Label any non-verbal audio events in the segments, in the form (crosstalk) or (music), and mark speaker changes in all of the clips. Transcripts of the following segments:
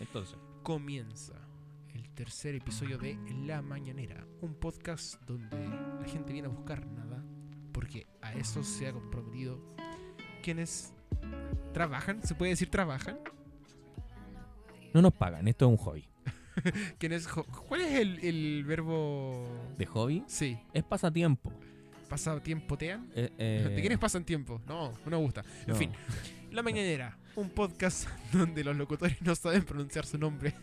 Speaker 1: entonces.
Speaker 2: comienza el tercer episodio de La Mañanera, un podcast donde la gente viene a buscar nada, porque a eso se ha comprometido quienes trabajan, se puede decir trabajan,
Speaker 1: No nos pagan, esto es un hobby.
Speaker 2: quienes, jo- ¿cuál es el, el verbo?
Speaker 1: ¿De hobby?
Speaker 2: Sí,
Speaker 1: Es pasatiempo.
Speaker 2: pasatiempotean.
Speaker 1: Eh, eh,
Speaker 2: ¿De quiénes pasan tiempo? No, no me gusta. En
Speaker 1: no.
Speaker 2: fin, La Mañanera, un podcast (laughs) donde los locutores no saben pronunciar su nombre.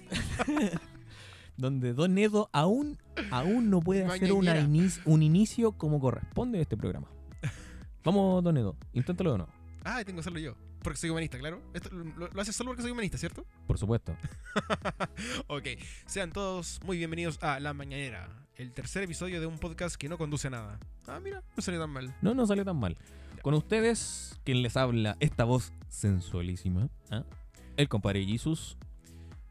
Speaker 1: Donde Don Edo aún, aún no puede hacer una
Speaker 2: Mañanera.
Speaker 1: inis- un inicio como corresponde en este programa. Vamos, Don Edo, inténtalo de nuevo.
Speaker 2: Ah, tengo que hacerlo yo, porque soy humanista, claro. Esto lo- lo- lo haces solo porque soy humanista, ¿cierto?
Speaker 1: Por supuesto.
Speaker 2: Ok, sean todos muy bienvenidos a La Mañanera, el tercer episodio de un podcast que no conduce a nada. Ah, mira, no salió tan mal.
Speaker 1: No, no salió tan mal. Con ustedes, quien les habla, esta voz sensualísima, ¿ah? el compadre Jesus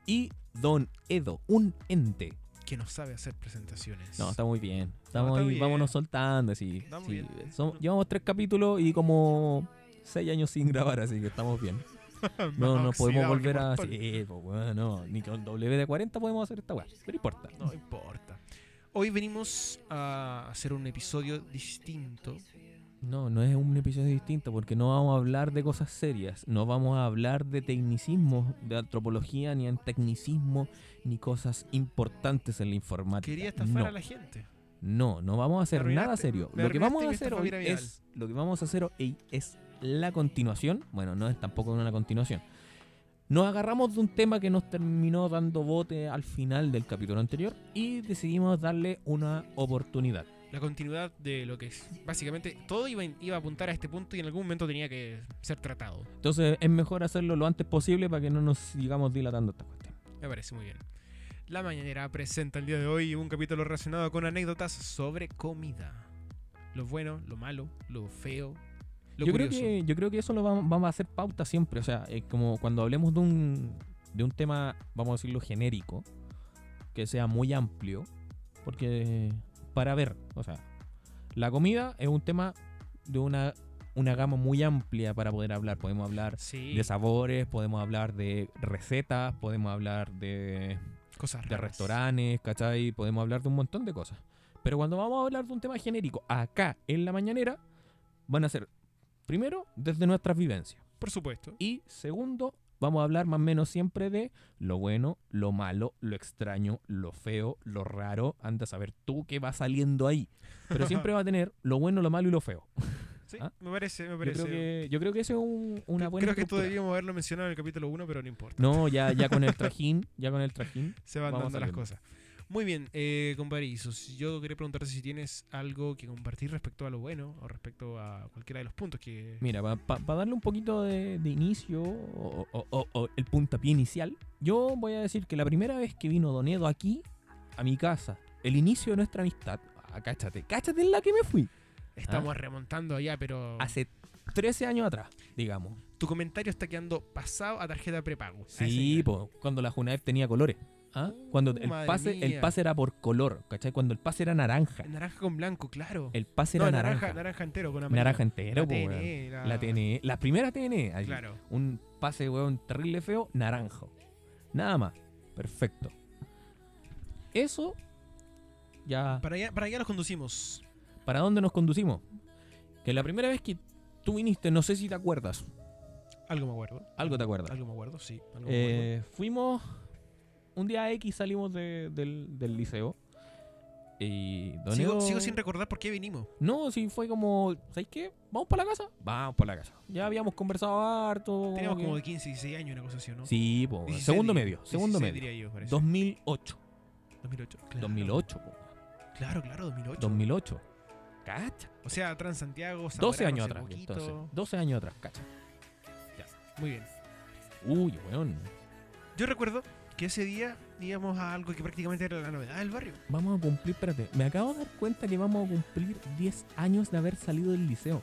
Speaker 1: y Don Edo, un ente.
Speaker 2: Que no sabe hacer presentaciones.
Speaker 1: No, está muy bien. Estamos
Speaker 2: está
Speaker 1: ahí,
Speaker 2: bien.
Speaker 1: vámonos soltando, así.
Speaker 2: Está muy
Speaker 1: sí.
Speaker 2: bien.
Speaker 1: Som- llevamos tres capítulos y como seis años sin (laughs) grabar, así que estamos bien.
Speaker 2: Más
Speaker 1: No, no podemos
Speaker 2: Ah, oxidado
Speaker 1: volver
Speaker 2: que
Speaker 1: a...
Speaker 2: Portol.
Speaker 1: Sí, po, weón, no, ni con W de 40 podemos hacer esta weá. Pero importa.
Speaker 2: No importa. Hoy venimos a hacer un episodio distinto.
Speaker 1: No, no es un episodio distinto porque no vamos a hablar de cosas serias, no vamos a hablar de tecnicismos, de antropología, ni en tecnicismo, ni cosas importantes en la informática.
Speaker 2: Quería estafar
Speaker 1: no,
Speaker 2: a la gente.
Speaker 1: no, no vamos a hacer
Speaker 2: Me
Speaker 1: nada
Speaker 2: arruinaste,
Speaker 1: serio.
Speaker 2: me
Speaker 1: Lo que vamos a
Speaker 2: arruinaste
Speaker 1: hacer
Speaker 2: mi
Speaker 1: hoy
Speaker 2: estafa viral.
Speaker 1: es lo que vamos a hacer hoy es la continuación. Bueno, no es tampoco una continuación. Nos agarramos de un tema que nos terminó dando bote al final del capítulo anterior y decidimos darle una oportunidad.
Speaker 2: La continuidad de lo que es. Básicamente, todo iba, iba a apuntar a este punto y en algún momento tenía que ser tratado.
Speaker 1: Entonces es mejor hacerlo lo antes posible para que no nos sigamos dilatando esta cuestión.
Speaker 2: Me parece muy bien. La Mañanera presenta el día de hoy un capítulo relacionado con anécdotas sobre comida. Lo bueno, lo malo, lo feo, lo
Speaker 1: Yo creo,
Speaker 2: curioso.
Speaker 1: que, yo creo que eso lo vamos, vamos a hacer pauta siempre. O sea, eh, como cuando hablemos de un, de un tema, vamos a decirlo, genérico, que sea muy amplio, porque para ver, o sea, la comida es un tema de una, una gama muy amplia para poder hablar. Podemos hablar
Speaker 2: Sí,
Speaker 1: de sabores, podemos hablar de recetas, podemos hablar de
Speaker 2: cosas
Speaker 1: de
Speaker 2: raras.
Speaker 1: restaurantes, ¿cachai? Podemos hablar de un montón de cosas. Pero cuando vamos a hablar de un tema genérico acá en la mañanera, van a ser, primero, desde nuestras vivencias.
Speaker 2: Por supuesto.
Speaker 1: Y segundo, vamos a hablar más o menos siempre de lo bueno, lo malo, lo extraño, lo feo, lo raro. Anda a saber tú qué va saliendo ahí.
Speaker 2: (laughs)
Speaker 1: Pero siempre va a tener lo bueno, lo malo y lo feo.
Speaker 2: Sí,
Speaker 1: ¿Ah?
Speaker 2: me parece, me
Speaker 1: Yo
Speaker 2: parece.
Speaker 1: creo que, yo creo que ese es un- una buena
Speaker 2: Creo que esto
Speaker 1: estructura.
Speaker 2: debíamos haberlo mencionado en el capítulo 1, pero no importa.
Speaker 1: No, ya, ya con el trajín, ya con el trajín.
Speaker 2: Se van
Speaker 1: vamos
Speaker 2: dando las
Speaker 1: saliendo.
Speaker 2: cosas. Muy bien, eh, compadre Isos, yo quería preguntarte si tienes algo que compartir respecto a lo bueno o respecto a cualquiera de los puntos que...
Speaker 1: Mira, para darle un poquito de, de inicio o, o- o- o el puntapié inicial, yo voy a decir que la primera vez que vino Don Edo aquí, a mi casa, el inicio de nuestra amistad, ah, cáchate, cáchate en la que me fui,
Speaker 2: Estamos remontando allá, pero...
Speaker 1: ¿Ah? hace 13 años atrás, digamos.
Speaker 2: Tu comentario está quedando pasado a tarjeta prepago. A ese
Speaker 1: Sí,
Speaker 2: nivel.
Speaker 1: po, cuando la Junaef tenía colores. ¿ah? Cuando
Speaker 2: Uh,
Speaker 1: el
Speaker 2: madre
Speaker 1: pase, el
Speaker 2: mía.
Speaker 1: pase era por color, ¿cachai? Cuando el pase era naranja.
Speaker 2: Naranja con blanco, claro.
Speaker 1: El pase
Speaker 2: no,
Speaker 1: era
Speaker 2: naranja,
Speaker 1: naranja.
Speaker 2: naranja. entero con amarillo.
Speaker 1: Naranja entero,
Speaker 2: la
Speaker 1: po, weón.
Speaker 2: TNE, la...
Speaker 1: La TNE, la primera E, TNE. allí.
Speaker 2: ah. Claro.
Speaker 1: Un pase, weón, terrible feo, naranjo. Nada más. Perfecto. Eso. Ya.
Speaker 2: Para allá, para allá los conducimos.
Speaker 1: ¿Para dónde nos conducimos? Que la primera vez que tú viniste, no sé si te acuerdas.
Speaker 2: Algo me acuerdo.
Speaker 1: Algo te acuerdas.
Speaker 2: Algo me acuerdo, sí. Algo me acuerdo.
Speaker 1: Eh, fuimos. Un día X salimos de- del, del liceo. Y. Don
Speaker 2: Sigo,
Speaker 1: Edo-
Speaker 2: sigo sin recordar por qué vinimos.
Speaker 1: No, sí, fue como. ¿Sabes qué? ¿Vamos para la casa? Vamos para la casa. Ya habíamos conversado harto.
Speaker 2: Teníamos
Speaker 1: que-
Speaker 2: como de 15, 16 años, una cosa así, ¿o ¿no?
Speaker 1: Oh, Sí, po,
Speaker 2: 16
Speaker 1: segundo
Speaker 2: diría-
Speaker 1: medio. Segundo
Speaker 2: 16
Speaker 1: medio.
Speaker 2: diría yo, parece.
Speaker 1: 2008.
Speaker 2: 2008. Claro.
Speaker 1: 2008, po.
Speaker 2: Claro, claro, 2008.
Speaker 1: 2008. Cacha.
Speaker 2: O sea, Transantiago,
Speaker 1: 12
Speaker 2: Zamorano
Speaker 1: años
Speaker 2: hace
Speaker 1: atrás.
Speaker 2: poquito.
Speaker 1: Entonces, 12 años atrás, cacha.
Speaker 2: Muy bien.
Speaker 1: Uy, weón.
Speaker 2: Yo recuerdo que ese día íbamos a algo que prácticamente era la novedad del barrio.
Speaker 1: Vamos a cumplir, espérate. Me acabo de dar cuenta que vamos a cumplir 10 años de haber salido del liceo.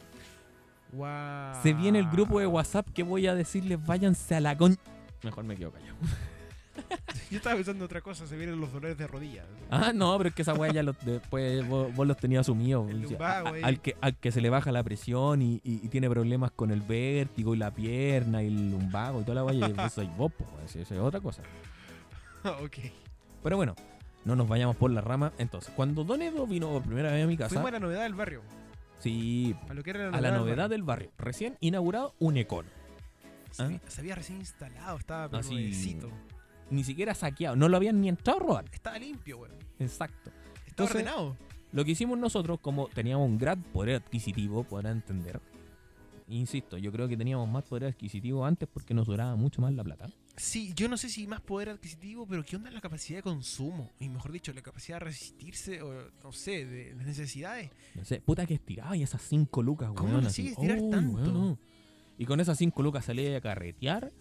Speaker 2: Wow.
Speaker 1: Se viene el grupo de
Speaker 2: Ah.
Speaker 1: WhatsApp que voy a decirles váyanse a la con... Mejor me quedo callado.
Speaker 2: (laughs) Yo estaba pensando en otra cosa, se vienen los dolores de rodillas.
Speaker 1: Ah, no, pero es que esa weá ya los, después vos, vos los tenías asumidos.
Speaker 2: El
Speaker 1: O sea,
Speaker 2: lumbar,
Speaker 1: a- a-
Speaker 2: wey.
Speaker 1: al, que, al que se le baja la presión y, y- y tiene problemas con el vértigo y la pierna y el lumbago y toda la weá, y eso soy vos, po, weón, si eso es otra cosa.
Speaker 2: (laughs) ok.
Speaker 1: Pero bueno, no nos vayamos por la rama. Entonces, cuando Don Edo vino por primera vez a mi casa,
Speaker 2: Fuimos a la novedad del barrio.
Speaker 1: sí,
Speaker 2: A lo que era la
Speaker 1: a
Speaker 2: novedad,
Speaker 1: la
Speaker 2: del
Speaker 1: novedad Ah.
Speaker 2: barrio.
Speaker 1: del barrio, recién inaugurado un econ.
Speaker 2: Se, había- se había recién instalado, estaba pero
Speaker 1: Así-
Speaker 2: nuevecito.
Speaker 1: Ni siquiera saqueado, no lo habían ni entrado a robar.
Speaker 2: Estaba limpio, weón.
Speaker 1: Exacto.
Speaker 2: Estaba
Speaker 1: Entonces-
Speaker 2: ordenado.
Speaker 1: Lo que hicimos nosotros, como teníamos un gran poder adquisitivo, podrán entender. Insisto, yo creo que teníamos más poder adquisitivo antes porque nos duraba mucho más la plata.
Speaker 2: Sí, yo no sé si más poder adquisitivo, pero ¿qué onda la capacidad de consumo? Y mejor dicho, la capacidad de resistirse, o no sé, de las necesidades.
Speaker 1: No sé, puta que estiraba y esas 5 lucas,
Speaker 2: ¿Cómo
Speaker 1: weón.
Speaker 2: le
Speaker 1: así,
Speaker 2: sigues tirar
Speaker 1: "Oh,
Speaker 2: tanto?"
Speaker 1: weón, no. Y con esas 5 lucas salía a carretear,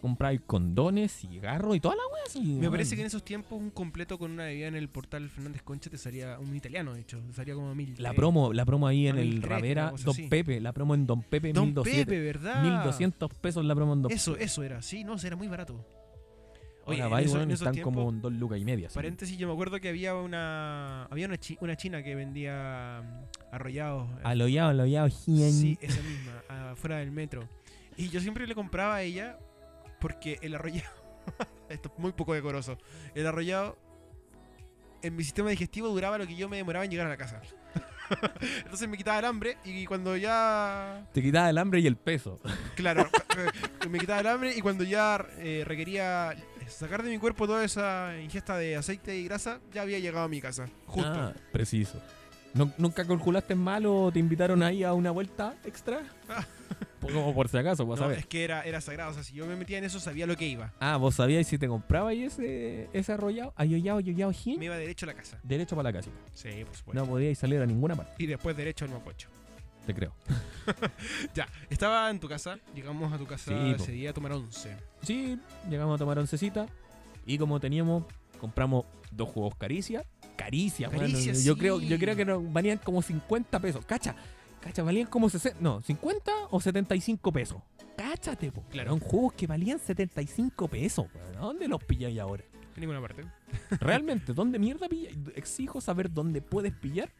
Speaker 1: compraba condones, cigarros y toda la weá así,
Speaker 2: Me
Speaker 1: weón.
Speaker 2: parece que en esos tiempos un completo con una bebida en el portal Fernández Concha te salía un italiano, de hecho, te salía como mil. eh,
Speaker 1: La promo, la promo ahí en
Speaker 2: Ah,
Speaker 1: el
Speaker 2: 1003,
Speaker 1: Ravera,
Speaker 2: una cosa
Speaker 1: Don
Speaker 2: así.
Speaker 1: Pepe, la promo en Don Pepe,
Speaker 2: Don
Speaker 1: 1200,
Speaker 2: Pepe, ¿verdad?
Speaker 1: 1200 pesos la promo en Don Pepe.
Speaker 2: Eso, eso era, sí, no, era muy barato. Oye,
Speaker 1: Ahora
Speaker 2: en
Speaker 1: va y,
Speaker 2: esos-
Speaker 1: weón,
Speaker 2: en esos
Speaker 1: están
Speaker 2: tiempos-
Speaker 1: como en 2 lucas y media. así.
Speaker 2: Paréntesis, yo me acuerdo que había una había una, chi- una china que vendía mm, arrollados. eh,
Speaker 1: Aloyado, aloyado, gien.
Speaker 2: Sí, esa misma, afuera del metro. Y yo siempre le compraba a ella porque el arrollado, (laughs) esto es muy poco decoroso, el arrollado en mi sistema digestivo duraba lo que yo me demoraba en llegar a la casa. (laughs) Entonces me quitaba el hambre y cuando ya...
Speaker 1: Te quitaba el hambre y el peso. (laughs)
Speaker 2: Claro, (laughs) eh, me quitaba el hambre y cuando ya eh, requería sacar de mi cuerpo toda esa ingesta de aceite y grasa, ya había llegado a mi casa. Justo.
Speaker 1: Ah, preciso. ¿Nu- ¿Nunca calculaste mal o te invitaron ahí a una vuelta
Speaker 2: (laughs)
Speaker 1: extra? Como por si acaso, vos
Speaker 2: No,
Speaker 1: sabés.
Speaker 2: es que era, era sagrado, o sea, si yo me metía en eso sabía lo que iba.
Speaker 1: Ah, vos sabías si te comprabas y ese, ese arrollado, ayollado, ayollado, gien,
Speaker 2: Me iba derecho a la casa.
Speaker 1: derecho para la casita.
Speaker 2: Sí, por supuesto.
Speaker 1: No podías salir a ninguna parte,
Speaker 2: y después derecho al mapocho.
Speaker 1: te creo.
Speaker 2: (laughs) Ya, estaba en tu casa, llegamos a tu casa
Speaker 1: Sí, po.
Speaker 2: ese día a tomar once.
Speaker 1: Sí, llegamos a tomar oncecita y como teníamos, compramos dos juegos Caricia. Caricia, mano.
Speaker 2: Caricia, sí.
Speaker 1: yo creo Yo creo que nos valían como 50 pesos. Cacha, cacha, valían como 60, no, 50 o 75 pesos. Cáchate, po.
Speaker 2: Claro.
Speaker 1: Eran juegos que valían 75 pesos. weón. ¿A dónde los pilláis ahora?
Speaker 2: En ninguna parte.
Speaker 1: Realmente, ¿dónde mierda pilláis? Exijo saber dónde puedes pillar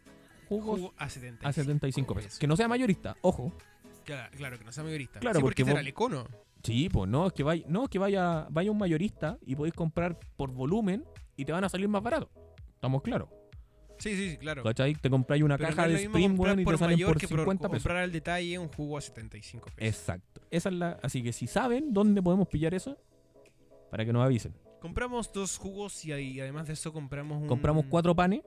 Speaker 1: juegos
Speaker 2: Jugo a 75.
Speaker 1: a 75 pesos. Que no sea mayorista, ojo.
Speaker 2: Claro, claro, que no sea mayorista.
Speaker 1: Claro,
Speaker 2: Sí, porque,
Speaker 1: porque
Speaker 2: este
Speaker 1: vos-
Speaker 2: era el econo.
Speaker 1: Sí, pues no, es que vaya, no, es que vaya, vaya un mayorista y podéis comprar por volumen y te van a salir más barato. Estamos claros.
Speaker 2: Sí, sí, sí, claro.
Speaker 1: ¿Cachai? Te compráis una
Speaker 2: Pero
Speaker 1: caja
Speaker 2: no es
Speaker 1: de
Speaker 2: lo mismo
Speaker 1: Spring,
Speaker 2: comprar
Speaker 1: weón, y te salen por 50
Speaker 2: por
Speaker 1: pesos.
Speaker 2: comprar al detalle un jugo a 75 pesos.
Speaker 1: Exacto. Esa es la, así que si saben dónde podemos pillar eso, para que nos avisen.
Speaker 2: Compramos dos jugos y ahí, además de eso compramos un...
Speaker 1: Compramos cuatro panes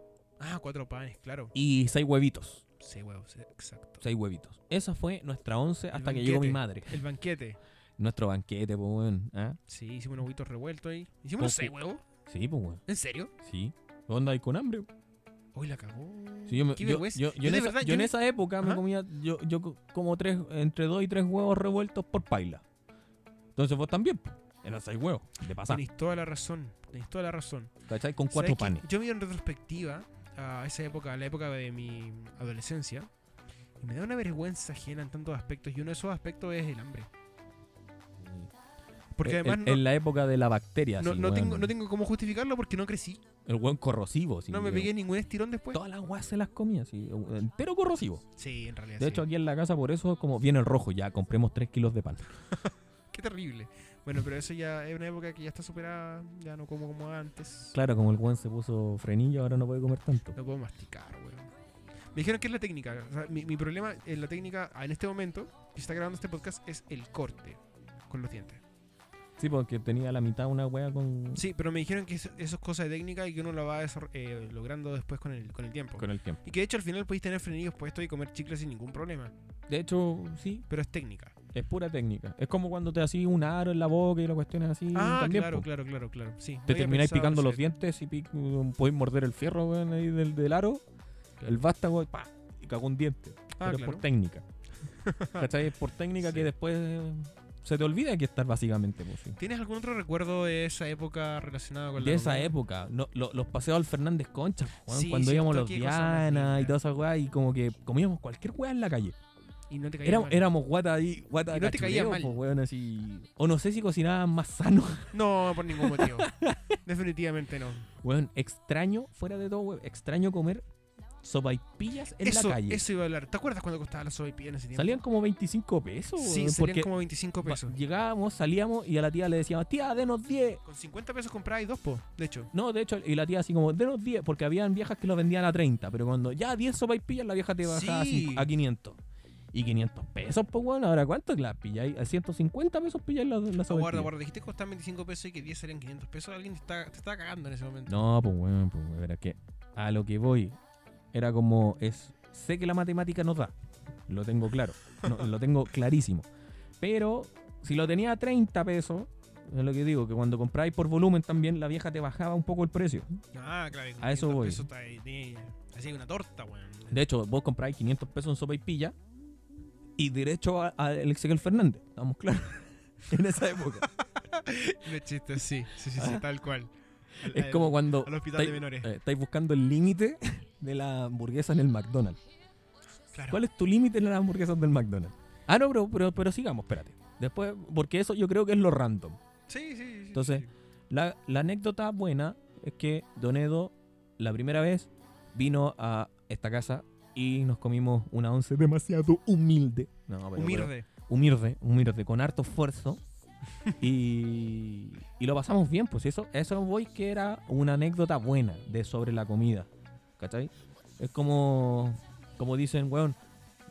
Speaker 2: Ah, cuatro panes, claro.
Speaker 1: y seis huevitos.
Speaker 2: Sí, huevos, exacto.
Speaker 1: Seis huevitos. Esa fue nuestra once hasta que
Speaker 2: banquete.
Speaker 1: llegó mi madre.
Speaker 2: El banquete.
Speaker 1: Nuestro banquete, pues, weón. ¿ah?
Speaker 2: Sí, hicimos unos huevitos revueltos ahí. Hicimos
Speaker 1: Con
Speaker 2: unos seis
Speaker 1: ju-
Speaker 2: huevos.
Speaker 1: Sí, pues, weón.
Speaker 2: ¿En serio?
Speaker 1: Sí. ¿Dónde hay con hambre?
Speaker 2: Hoy la cagó.
Speaker 1: Sí, yo, me-
Speaker 2: Qué
Speaker 1: yo-
Speaker 2: vergüenza.
Speaker 1: yo- yo en,
Speaker 2: de
Speaker 1: esa,
Speaker 2: verdad,
Speaker 1: yo
Speaker 2: yo
Speaker 1: en
Speaker 2: no-
Speaker 1: esa época
Speaker 2: Ajá.
Speaker 1: me comía yo, yo co- como tres, entre dos y tres huevos revueltos por paila. Entonces vos también, po. eran seis huevos, de pasar,
Speaker 2: Tenéis toda la razón, tenéis toda la razón.
Speaker 1: ¿cachai? Con
Speaker 2: ¿Sabes
Speaker 1: cuatro
Speaker 2: qué?
Speaker 1: panes.
Speaker 2: Yo miro en retrospectiva a esa época, a la época de mi adolescencia, y me da una vergüenza ajena en tantos aspectos, y uno de esos aspectos es el hambre. Porque
Speaker 1: En-
Speaker 2: además
Speaker 1: en,
Speaker 2: no,
Speaker 1: en la época de la bacteria,
Speaker 2: no-
Speaker 1: sí,
Speaker 2: no
Speaker 1: weón.
Speaker 2: tengo, no tengo cómo justificarlo porque no crecí,
Speaker 1: el hueón corrosivo. sí,
Speaker 2: no me
Speaker 1: weón.
Speaker 2: pegué ningún estirón después.
Speaker 1: Todas las huevas se las comía, sí, entero corrosivo.
Speaker 2: Sí, en realidad.
Speaker 1: De
Speaker 2: sí.
Speaker 1: hecho, aquí en la casa, por eso, como viene el rojo, ya compremos tres kilos de pan.
Speaker 2: qué terrible. Bueno, pero eso ya es una época que ya está superada, ya no como como antes.
Speaker 1: Claro, como el hueón se puso frenillo, ahora no puede comer tanto.
Speaker 2: No puedo masticar, weón. Me dijeron que es la técnica. o sea, mi, mi problema en la técnica ah, en este momento, que se está grabando este podcast, es el corte con los dientes.
Speaker 1: Sí, porque tenía la mitad una hueá con,
Speaker 2: Sí, pero me dijeron que eso, eso es cosa de técnica y que uno la va desarro- eh, logrando después con el, con el tiempo.
Speaker 1: con el tiempo.
Speaker 2: Y que de hecho al final podéis tener frenillos puestos y comer chicles sin ningún problema.
Speaker 1: De hecho, sí,
Speaker 2: Pero es técnica.
Speaker 1: Es pura técnica. Es como cuando te así un aro en la boca y lo cuestiones así.
Speaker 2: ah,
Speaker 1: Mm, también,
Speaker 2: claro,
Speaker 1: po.
Speaker 2: claro, claro, claro. Sí, no
Speaker 1: Te
Speaker 2: había
Speaker 1: termináis
Speaker 2: pensado
Speaker 1: picando
Speaker 2: en
Speaker 1: los
Speaker 2: ese
Speaker 1: dientes y pic- podéis morder el fierro weón, ahí del, del aro, el vástago y pa, y cagó un diente.
Speaker 2: Ah,
Speaker 1: Pero es
Speaker 2: claro. (laughs)
Speaker 1: por técnica. ¿Cachai? Es por técnica
Speaker 2: Sí.
Speaker 1: que después eh, se te olvida que estar básicamente. po, sí.
Speaker 2: ¿Tienes algún otro recuerdo de esa época relacionado con la
Speaker 1: De esa
Speaker 2: comida?
Speaker 1: época, no, lo- los paseos al Fernández Concha, po, weón,
Speaker 2: Sí,
Speaker 1: cuando íbamos a los
Speaker 2: cierto, qué cosa más
Speaker 1: Diana y
Speaker 2: linda.
Speaker 1: todas esas weas, y como que comíamos cualquier wea en la calle.
Speaker 2: Y no te caía
Speaker 1: Era-
Speaker 2: mal.
Speaker 1: éramos guata ahí, guata
Speaker 2: Y no te caía
Speaker 1: cachureo,
Speaker 2: mal.
Speaker 1: po, weón, así. O no sé si cocinaban más sano.
Speaker 2: No, por ningún
Speaker 1: (laughs)
Speaker 2: motivo. Definitivamente no.
Speaker 1: Weón, extraño, fuera de todo, weón, extraño comer sopaipillas en
Speaker 2: eso,
Speaker 1: la calle.
Speaker 2: eso iba a hablar. ¿Te acuerdas cuando costaba la sopaipilla en ese tiempo?
Speaker 1: Salían como 25 pesos.
Speaker 2: Sí,
Speaker 1: weón,
Speaker 2: salían
Speaker 1: porque
Speaker 2: como 25
Speaker 1: va-
Speaker 2: pesos.
Speaker 1: Llegábamos, salíamos y a la tía le decíamos, tía, denos 10.
Speaker 2: Con 50 pesos comprabas dos, po, de hecho.
Speaker 1: No, de hecho, y la tía así como, denos 10, porque habían viejas que los vendían a 30, pero cuando ya 10 sopaipillas, la vieja te bajaba a
Speaker 2: Sí.
Speaker 1: cinco- a 500. Y 500 pesos, pues bueno, ahora cuánto las pilláis? A 150 pesos pilláis las la
Speaker 2: Oh, guarda,
Speaker 1: sopaipilla.
Speaker 2: guarda, dijiste que costaban 25 pesos y que 10 serían 500 pesos. Alguien te está- te estaba cagando en ese momento.
Speaker 1: No, pues bueno, pues weón, era que a lo que voy era como es sé que la matemática nos da, lo tengo claro, no, lo tengo clarísimo. Pero si lo tenía a 30 pesos, es lo que digo, que cuando compráis por volumen también la vieja te bajaba un poco el precio.
Speaker 2: Ah, claro. y con
Speaker 1: A eso
Speaker 2: 500
Speaker 1: voy.
Speaker 2: pesos está ahí, ni- Así una torta, weón.
Speaker 1: De hecho, vos compráis 500 pesos en sopa y pilla y derecho a, a Ezequiel Fernández, estamos claros. (laughs) En esa
Speaker 2: (laughs)
Speaker 1: época.
Speaker 2: (laughs) De chiste, sí. Sí,
Speaker 1: (laughs)
Speaker 2: sí, sí, tal cual. Al-
Speaker 1: Es
Speaker 2: al-
Speaker 1: como cuando
Speaker 2: Al hospital de
Speaker 1: estáis,
Speaker 2: menores.
Speaker 1: eh, estáis buscando el límite de la hamburguesa en el McDonald's.
Speaker 2: Claro.
Speaker 1: ¿Cuál es tu límite en las hamburguesas del McDonald's? Ah, no, pero, pero, pero sigamos, espérate. Después, porque eso yo creo que es lo random.
Speaker 2: Sí, sí, sí, sí.
Speaker 1: Entonces, La, la anécdota buena es que Don Edo, la primera vez, vino a esta casa y nos comimos una once demasiado humilde. No, pero- pero-
Speaker 2: Humilde.
Speaker 1: humilde, humilde, con harto esfuerzo. y, y lo pasamos bien, pues eso, eso voy que era una anécdota buena de sobre la comida. ¿Cachai? Es como, como dicen, weón,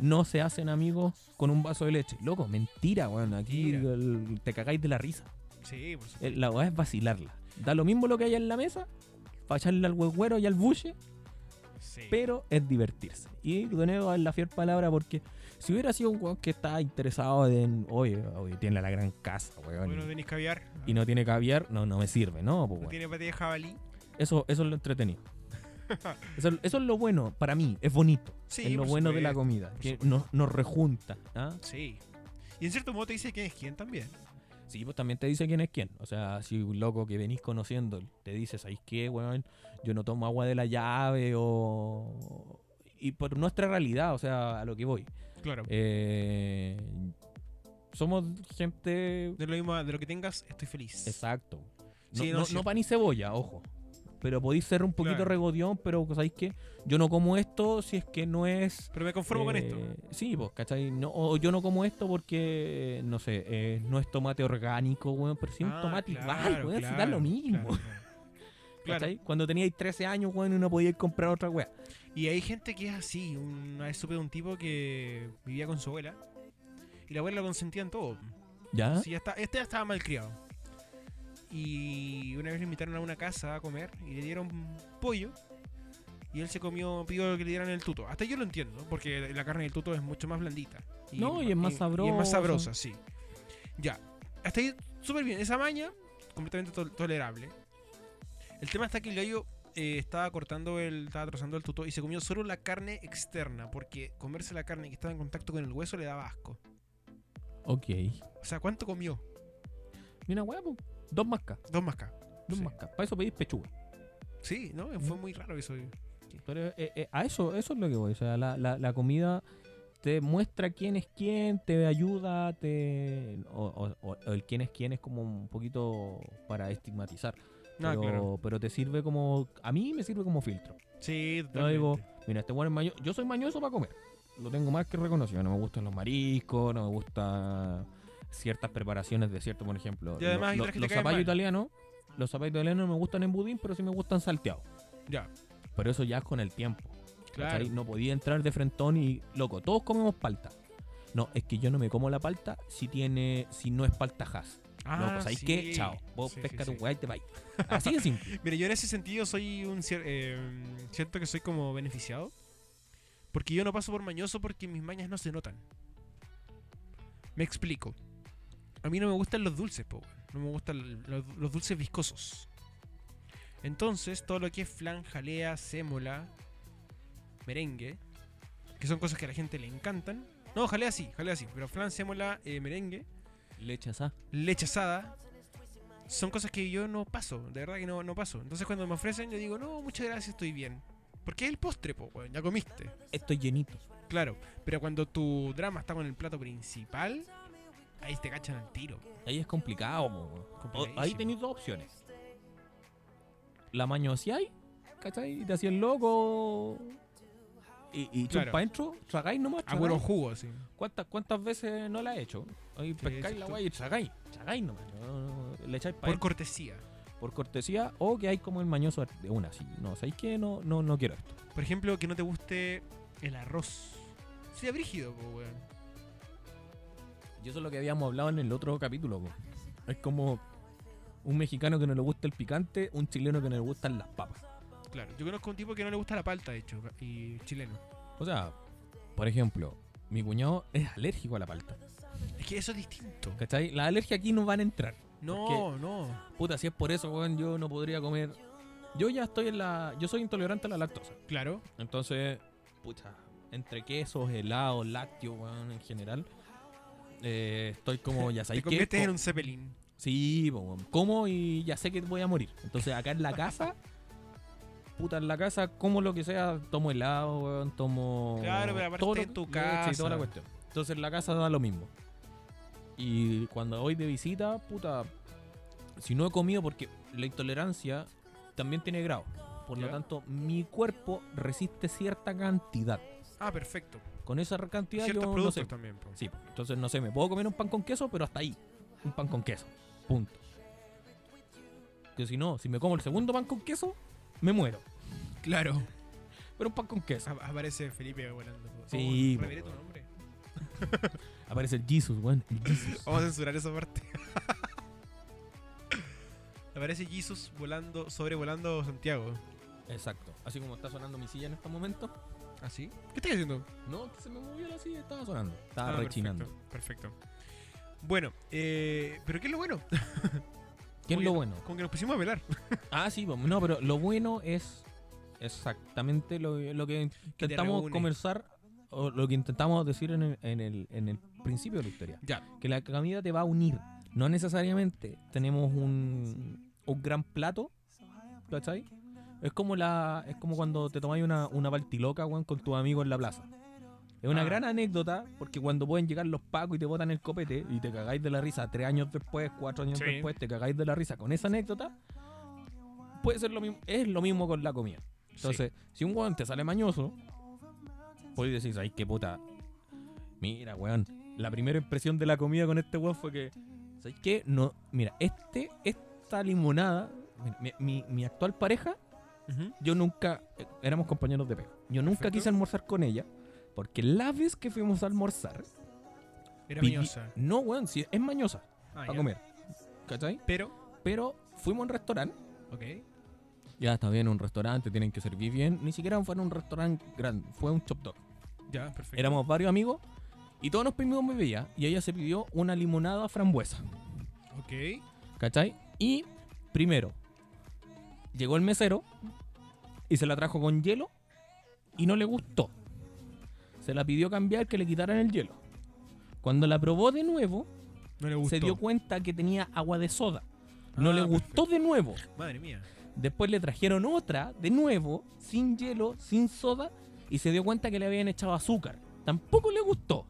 Speaker 1: no se hacen amigos con un vaso de leche. Loco, mentira, weón. Aquí
Speaker 2: Mentira.
Speaker 1: el- te cagáis de la risa.
Speaker 2: Sí, por supuesto.
Speaker 1: El- La weá es vacilarla. Da lo mismo lo que haya en la mesa, para echarle al huehuero y al buche,
Speaker 2: Sí.
Speaker 1: pero es divertirse. Y de nuevo es la fiel palabra porque si hubiera sido un weón que está interesado en, oye, oye, tiene la gran casa, weón,
Speaker 2: Bueno,
Speaker 1: y-
Speaker 2: tenéis caviar. ah,
Speaker 1: y no tiene caviar, no, no me sirve, ¿no? Pues,
Speaker 2: No
Speaker 1: weón.
Speaker 2: tiene paté de jabalí.
Speaker 1: Eso, eso es
Speaker 2: (laughs)
Speaker 1: lo entretenido. Eso, es- eso es lo bueno para mí, es bonito.
Speaker 2: Sí,
Speaker 1: es lo
Speaker 2: por
Speaker 1: bueno de la
Speaker 2: supuesto,
Speaker 1: comida,
Speaker 2: por
Speaker 1: que
Speaker 2: supuesto.
Speaker 1: nos, nos rejunta. ¿ah?
Speaker 2: Sí. Y en cierto modo te dice quién es quién también.
Speaker 1: Sí, pues también te dice quién es quién. O sea, si un loco que venís conociendo te dice, ¿sabéis qué, weón? Yo no tomo agua de la llave o... Y por nuestra realidad, o sea, a lo que voy.
Speaker 2: Claro.
Speaker 1: Eh, somos gente.
Speaker 2: De lo mismo, de lo que tengas, estoy feliz.
Speaker 1: Exacto. No,
Speaker 2: Sí, no,
Speaker 1: no-
Speaker 2: sí.
Speaker 1: no pan y cebolla, ojo. Pero podéis ser un poquito
Speaker 2: Claro.
Speaker 1: regodión, pero ¿sabéis qué? Yo no como esto si es que no es.
Speaker 2: Pero me conformo con
Speaker 1: eh,
Speaker 2: esto.
Speaker 1: Sí, pues, ¿cachai? No, o yo no como esto porque, no sé, eh, no es tomate orgánico, weón, pero sí es un
Speaker 2: Ah,
Speaker 1: tomate igual,
Speaker 2: claro,
Speaker 1: weón, si da
Speaker 2: claro,
Speaker 1: lo mismo.
Speaker 2: claro,
Speaker 1: (laughs)
Speaker 2: claro. Claro.
Speaker 1: ¿cachai? Cuando teníais 13 años, weón, y no podíais comprar otra weá.
Speaker 2: Y hay gente que es así. Una vez supe de un tipo que vivía con su abuela. Y la abuela lo consentía en todo.
Speaker 1: ¿Ya?
Speaker 2: Sí, ya está- este ya estaba malcriado. Y una vez lo invitaron a una casa a comer y le dieron pollo. Y él se comió, pidió que le dieran el tuto. Hasta yo lo entiendo, porque la carne del tuto es mucho más blandita.
Speaker 1: No, y es más
Speaker 2: Y es más
Speaker 1: sabroso.
Speaker 2: sabrosa, sí. Ya. Hasta ahí súper bien. Esa maña, completamente tol- tolerable. El tema está que el gallo eh, estaba cortando el, estaba trozando el tuto y se comió solo la carne externa, porque comerse la carne que estaba en contacto con el hueso le daba asco.
Speaker 1: Ok.
Speaker 2: O sea, ¿cuánto comió?
Speaker 1: Mira, weá, pues, dos mascas.
Speaker 2: Dos más acá.
Speaker 1: Dos
Speaker 2: Sí.
Speaker 1: mascas. Para eso pedís pechuga.
Speaker 2: Sí, ¿no? Fue muy raro eso.
Speaker 1: Pero eh, eh, a eso, eso es lo que voy. O sea, la, la- la comida te muestra quién es quién, te ayuda, te. O, o- o- o el quién es quién es como un poquito para estigmatizar.
Speaker 2: No,
Speaker 1: pero,
Speaker 2: Ah, claro.
Speaker 1: pero te sirve como. A mí me sirve como filtro.
Speaker 2: Sí,
Speaker 1: Yo digo, mira, este bueno es mañoso. Yo soy mañoso para comer. Lo tengo más que reconocido. No me gustan los mariscos, no me gustan ciertas preparaciones de cierto, por ejemplo.
Speaker 2: Y además hay
Speaker 1: lo-
Speaker 2: otras que
Speaker 1: los
Speaker 2: te caen
Speaker 1: zapallos
Speaker 2: mal.
Speaker 1: italianos. Los zapallos italianos no me gustan en budín, pero sí me gustan salteados.
Speaker 2: Ya,
Speaker 1: Pero eso ya es con el tiempo.
Speaker 2: claro.
Speaker 1: ¿cachai? No podía entrar de frentón y, loco, todos comemos palta. No, es que yo no me como la palta si tiene, si no es palta has.
Speaker 2: Ah,
Speaker 1: loco, ¿sabes
Speaker 2: sí.
Speaker 1: qué? Chao. Vos
Speaker 2: Sí, sí,
Speaker 1: pesca tu
Speaker 2: sí.
Speaker 1: weá y te vais. Así de
Speaker 2: (laughs)
Speaker 1: simple.
Speaker 2: Mira, yo en ese sentido soy un. cier- eh, siento que soy como beneficiado. Porque yo no paso por mañoso porque mis mañas no se notan. Me explico. A mí no me gustan los dulces, po, weón. No me gustan los, los dulces viscosos. Entonces, todo lo que es flan, jalea, sémola, merengue, que son cosas que a la gente le encantan. No, jalea sí, jalea sí, pero flan, sémola, eh, merengue,
Speaker 1: Le echas a.
Speaker 2: leche asada. Son cosas que yo no paso, de verdad que no, no paso. Entonces cuando me ofrecen yo digo, no, muchas gracias, estoy bien. Porque es el postre, po, weón, ya comiste.
Speaker 1: Estoy llenito.
Speaker 2: Claro, pero cuando tu drama está con el plato principal, ahí te cachan al tiro.
Speaker 1: Ahí es complicado. po, weón. O- ahí
Speaker 2: Complicadísimo.
Speaker 1: tenéis dos opciones. La mañoseáis, ¿cachai? Y te hacías loco. y, y
Speaker 2: Claro. Ah,
Speaker 1: para adentro, tragáis nomás.
Speaker 2: A puro
Speaker 1: Tragáis.
Speaker 2: jugo, así.
Speaker 1: ¿Cuántas, ¿Cuántas veces no la he hecho? Ahí pescáis la
Speaker 2: exacto.
Speaker 1: guay y tragáis, tragáis nomás. no- no- le echáis para
Speaker 2: Por cortesía.
Speaker 1: por cortesía o que hay como el mañoso de una así. No, ¿sabéis qué? No, no, no quiero esto.
Speaker 2: Por ejemplo, que no te guste el arroz. Sería brígido, po, weón.
Speaker 1: Y eso es lo que habíamos hablado en el otro capítulo. po. Es como un mexicano que no le gusta el picante, un chileno que no le gustan las papas.
Speaker 2: Claro, yo conozco un tipo que no le gusta la palta, de hecho, y chileno.
Speaker 1: O sea, por ejemplo, mi cuñado es alérgico a la palta.
Speaker 2: Es que eso es distinto.
Speaker 1: ¿Cachai? Las alergias aquí no van a entrar.
Speaker 2: No, no.
Speaker 1: Puta, si es por eso, weón, yo no podría comer. Yo ya estoy en la. Yo soy intolerante a la lactosa.
Speaker 2: Claro.
Speaker 1: Entonces, pucha, entre quesos, helados, lácteos, weón, en general. eh, estoy como, ya
Speaker 2: (laughs) Te
Speaker 1: sabéis que.
Speaker 2: conviertes en un Zeppelin.
Speaker 1: Sí, po, weón. como y ya sé que voy a morir. Entonces acá en la
Speaker 2: (laughs)
Speaker 1: casa, puta, en la casa, como lo que sea, tomo helado, weón, tomo.
Speaker 2: Claro, pero aparte
Speaker 1: todo lo
Speaker 2: en
Speaker 1: que-
Speaker 2: tu
Speaker 1: leche Y toda
Speaker 2: casa.
Speaker 1: la cuestión. Entonces en la casa da lo mismo. Y cuando voy de visita, puta, si no he comido, porque la intolerancia también tiene grado. Por lo
Speaker 2: Ya.
Speaker 1: tanto, mi cuerpo resiste cierta cantidad.
Speaker 2: Ah, perfecto.
Speaker 1: Con esa cantidad
Speaker 2: Ciertos
Speaker 1: yo no
Speaker 2: productos
Speaker 1: sé.
Speaker 2: también, po.
Speaker 1: Sí, entonces no sé, me puedo comer un pan con queso, pero hasta ahí. Un pan con queso. Punto. Que si no, si me como el segundo pan con queso, me muero.
Speaker 2: (laughs) Claro.
Speaker 1: Pero un pan con queso.
Speaker 2: A- aparece Felipe volando. po.
Speaker 1: Sí,
Speaker 2: Oh, revelé
Speaker 1: po,
Speaker 2: tu
Speaker 1: weón.
Speaker 2: nombre.
Speaker 1: Aparece el Jesus, weón. El Jesus.
Speaker 2: Vamos a censurar esa parte. (laughs) Aparece Jesus volando, sobrevolando Santiago.
Speaker 1: Exacto. Así como está sonando mi silla en este momento.
Speaker 2: ¿Ah, sí? ¿Qué estás haciendo?
Speaker 1: No, que se me movió la silla, estaba sonando.
Speaker 2: Ah,
Speaker 1: Estaba rechinando.
Speaker 2: Perfecto. perfecto. Bueno, eh, pero ¿qué es lo bueno? (laughs)
Speaker 1: ¿Qué es
Speaker 2: Muy
Speaker 1: lo
Speaker 2: bien.
Speaker 1: bueno?
Speaker 2: Con que nos pusimos a velar.
Speaker 1: Ah, sí, pues, no, pero lo bueno es exactamente lo, lo que
Speaker 2: te
Speaker 1: intentamos
Speaker 2: reúne.
Speaker 1: conversar o lo que intentamos decir en el- en el, en el principio de la historia.
Speaker 2: Ya,
Speaker 1: que la comida te va a unir. No necesariamente tenemos un, un gran plato, ¿cachai? Es como la es como cuando te tomáis una, una baltiloca weón, con tus amigos en la plaza. Es una
Speaker 2: Ah.
Speaker 1: gran anécdota porque cuando pueden llegar los pacos y te botan el copete y te cagáis de la risa tres años después, cuatro años
Speaker 2: Sí.
Speaker 1: después, te cagáis de la risa con esa anécdota, puede ser lo mismo, es lo mismo con la comida. Entonces, si un weón te sale mañoso, podéis decir, ay, qué puta. Mira, weón, la primera impresión de la comida con este weón fue que, ¿sabes qué? No, mira, este, esta limonada, mi, mi- mi actual pareja, yo nunca, eh, éramos compañeros de pega. Yo nunca
Speaker 2: Perfecto.
Speaker 1: quise almorzar con ella, porque la vez que fuimos a almorzar,
Speaker 2: Era
Speaker 1: pidi-
Speaker 2: mañosa.
Speaker 1: no, weón, sí, es mañosa
Speaker 2: Ah,
Speaker 1: para
Speaker 2: ya.
Speaker 1: comer, ¿cachai?
Speaker 2: Pero,
Speaker 1: Pero fuimos a un restaurante.
Speaker 2: ok.
Speaker 1: Ya está bien, un restaurante, tienen que servir bien. Ni siquiera fue en un restaurante grande, fue un chop top.
Speaker 2: Ya, perfecto.
Speaker 1: Éramos varios amigos y todos nos pedimos bebida y ella se pidió una limonada frambuesa,
Speaker 2: Ok.
Speaker 1: ¿cachai? Y primero, llegó el mesero y se la trajo con hielo y no le gustó. Se la pidió cambiar que le quitaran el hielo. Cuando la probó de nuevo,
Speaker 2: No le gustó.
Speaker 1: se dio cuenta que tenía agua de soda. No
Speaker 2: Ah,
Speaker 1: le gustó de nuevo.
Speaker 2: Madre
Speaker 1: (laughs)
Speaker 2: mía.
Speaker 1: Después le trajeron otra, de nuevo, sin hielo, sin soda, y se dio cuenta que le habían echado azúcar. Tampoco le gustó.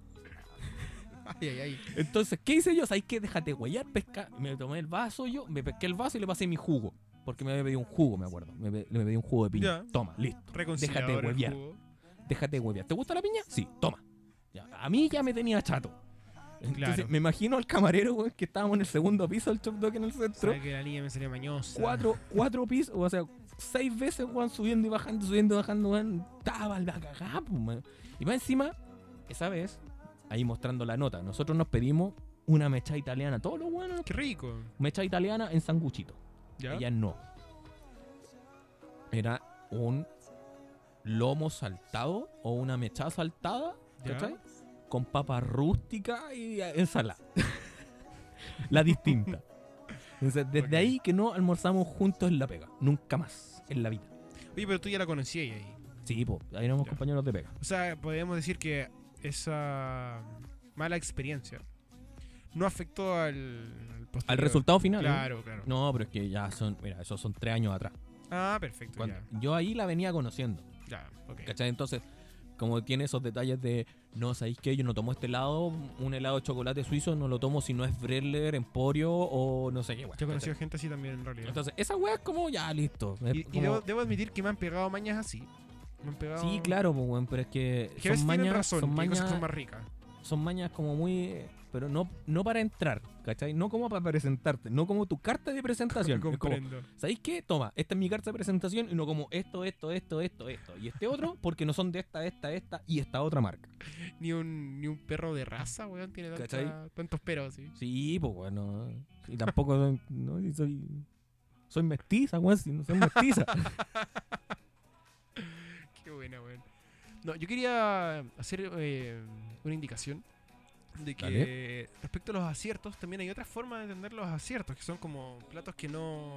Speaker 2: Ay, ay, ay.
Speaker 1: Entonces, ¿qué hice yo? ¿Sabes qué? Déjate huellar, pesca. Me tomé el vaso yo, me pesqué el vaso y le pasé mi jugo. Porque me había pedido un jugo, me acuerdo. Me, pe- me pedí un jugo de piña.
Speaker 2: Ya.
Speaker 1: Toma, listo.
Speaker 2: Reconciliador
Speaker 1: Déjate
Speaker 2: el
Speaker 1: huevear.
Speaker 2: jugo.
Speaker 1: Déjate huevear. ¿Te gusta la piña? Sí, toma. Ya, A mí ya me tenía chato. Entonces,
Speaker 2: Claro.
Speaker 1: me imagino al camarero, weón, que estábamos en el segundo piso del Chop Dog en el centro.
Speaker 2: Sabía que la niña me salía mañosa.
Speaker 1: cuatro, cuatro pisos, o sea, seis veces, weón, subiendo y bajando, subiendo y bajando, weón. Estaba la cagada, po, man. Y más encima, esa vez, ahí mostrando la nota, nosotros nos pedimos una mecha italiana, todos los buenos,
Speaker 2: Qué rico.
Speaker 1: mecha italiana en sanguchito.
Speaker 2: Ya.
Speaker 1: Ella no. Era un lomo saltado o una mecha saltada,
Speaker 2: Ya.
Speaker 1: ¿cachai? Con papa rústica y eh, ensalada. (laughs) la distinta. Entonces, desde
Speaker 2: Ok.
Speaker 1: ahí que no almorzamos juntos en la pega. Nunca más en la vida.
Speaker 2: Oye, pero tú ya la conocías ahí.
Speaker 1: Sí, po, ahí éramos
Speaker 2: Ya.
Speaker 1: compañeros de pega.
Speaker 2: O sea, podríamos decir que esa mala experiencia no afectó al al,
Speaker 1: Al
Speaker 2: posterior.
Speaker 1: resultado final. ¿no?
Speaker 2: Claro, claro.
Speaker 1: No, pero es que ya son, mira, esos son tres años atrás.
Speaker 2: Ah, perfecto.
Speaker 1: Cuando- yo ahí la venía conociendo.
Speaker 2: Ya, ya, ok.
Speaker 1: ¿Cachai? Entonces, como tiene esos detalles de, no, ¿sabéis qué? Yo no tomo este helado, un helado de chocolate suizo, no lo tomo si no es Bredler, Emporio o no sé qué, weá,
Speaker 2: Yo he conocido
Speaker 1: ¿cachai?
Speaker 2: gente así también en realidad.
Speaker 1: Entonces, esa weá es como, ya, listo. Es
Speaker 2: y y
Speaker 1: como-
Speaker 2: debo, debo admitir que me han pegado mañas así. Me han pegado.
Speaker 1: Sí, claro, pues, weón, pero es
Speaker 2: Que a
Speaker 1: que,
Speaker 2: veces
Speaker 1: son,
Speaker 2: tienen
Speaker 1: mañas,
Speaker 2: razón,
Speaker 1: son
Speaker 2: que hay cosas
Speaker 1: mañas.
Speaker 2: que son más ricas.
Speaker 1: son mañas como muy. Pero no, no para entrar, ¿cachai? No como para presentarte, no como tu carta
Speaker 2: (laughs)
Speaker 1: de presentación. Es como,
Speaker 2: Comprendo.
Speaker 1: ¿Sabéis qué? Toma, esta es mi carta de presentación y no como esto, esto, esto, esto, esto. Y este otro, porque no son de esta, esta, esta y esta otra marca.
Speaker 2: Ni un, ni un perro de raza, weón, tiene tanta-
Speaker 1: ¿Cachai?
Speaker 2: tantos peros, sí.
Speaker 1: Sí, pues bueno. Y tampoco soy. No, y soy. Soy mestiza, weón, si no soy mestiza.
Speaker 2: (laughs) Qué buena, weón. No, yo quería hacer eh, una indicación de que respecto a los aciertos, también hay otra forma de entender los aciertos, que son como platos que no.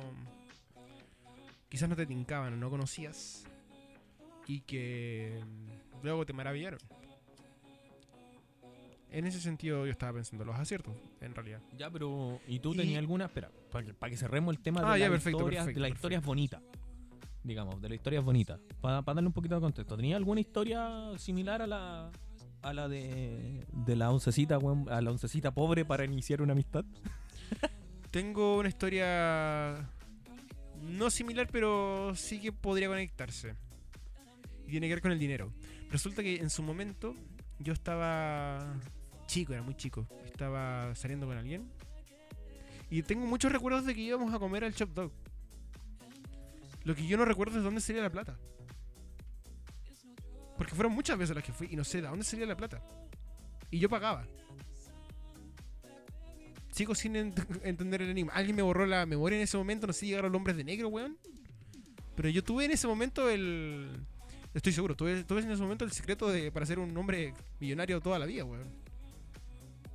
Speaker 2: Quizás no te tincaban o no conocías. Y que mm, luego te maravillaron. En ese sentido, yo estaba pensando los aciertos, en realidad.
Speaker 1: (laughs) ya, pero. ¿Y tú
Speaker 2: Y-
Speaker 1: tenías alguna? Espera, para que, pa' que cerremos el tema
Speaker 2: Ah,
Speaker 1: de,
Speaker 2: ya,
Speaker 1: las
Speaker 2: perfecto,
Speaker 1: historias,
Speaker 2: perfecto,
Speaker 1: de las
Speaker 2: perfecto.
Speaker 1: historias bonitas. Digamos, de las historias bonitas. Para darle un poquito de contexto, ¿tenía alguna historia similar a la. a la de. de la oncecita, weón, a la oncecita pobre para iniciar una amistad?
Speaker 2: Tengo una historia no similar, pero sí que podría conectarse. Y tiene que ver con el dinero. Resulta que en su momento yo estaba chico, era muy chico. Estaba saliendo con alguien. Y tengo muchos recuerdos de que íbamos a comer al Chop Dog. Lo que yo no recuerdo es dónde sería la plata. Porque fueron muchas veces las que fui y no sé de dónde sería la plata. Y yo pagaba. Sigo sin ent- (laughs) entender el enigma. Alguien me borró la memoria en ese momento. No sé si llegaron los hombres de negro, weón. Pero yo tuve en ese momento el. Estoy seguro, tuve, tuve en ese momento el secreto de, para ser un hombre millonario toda la vida, weón.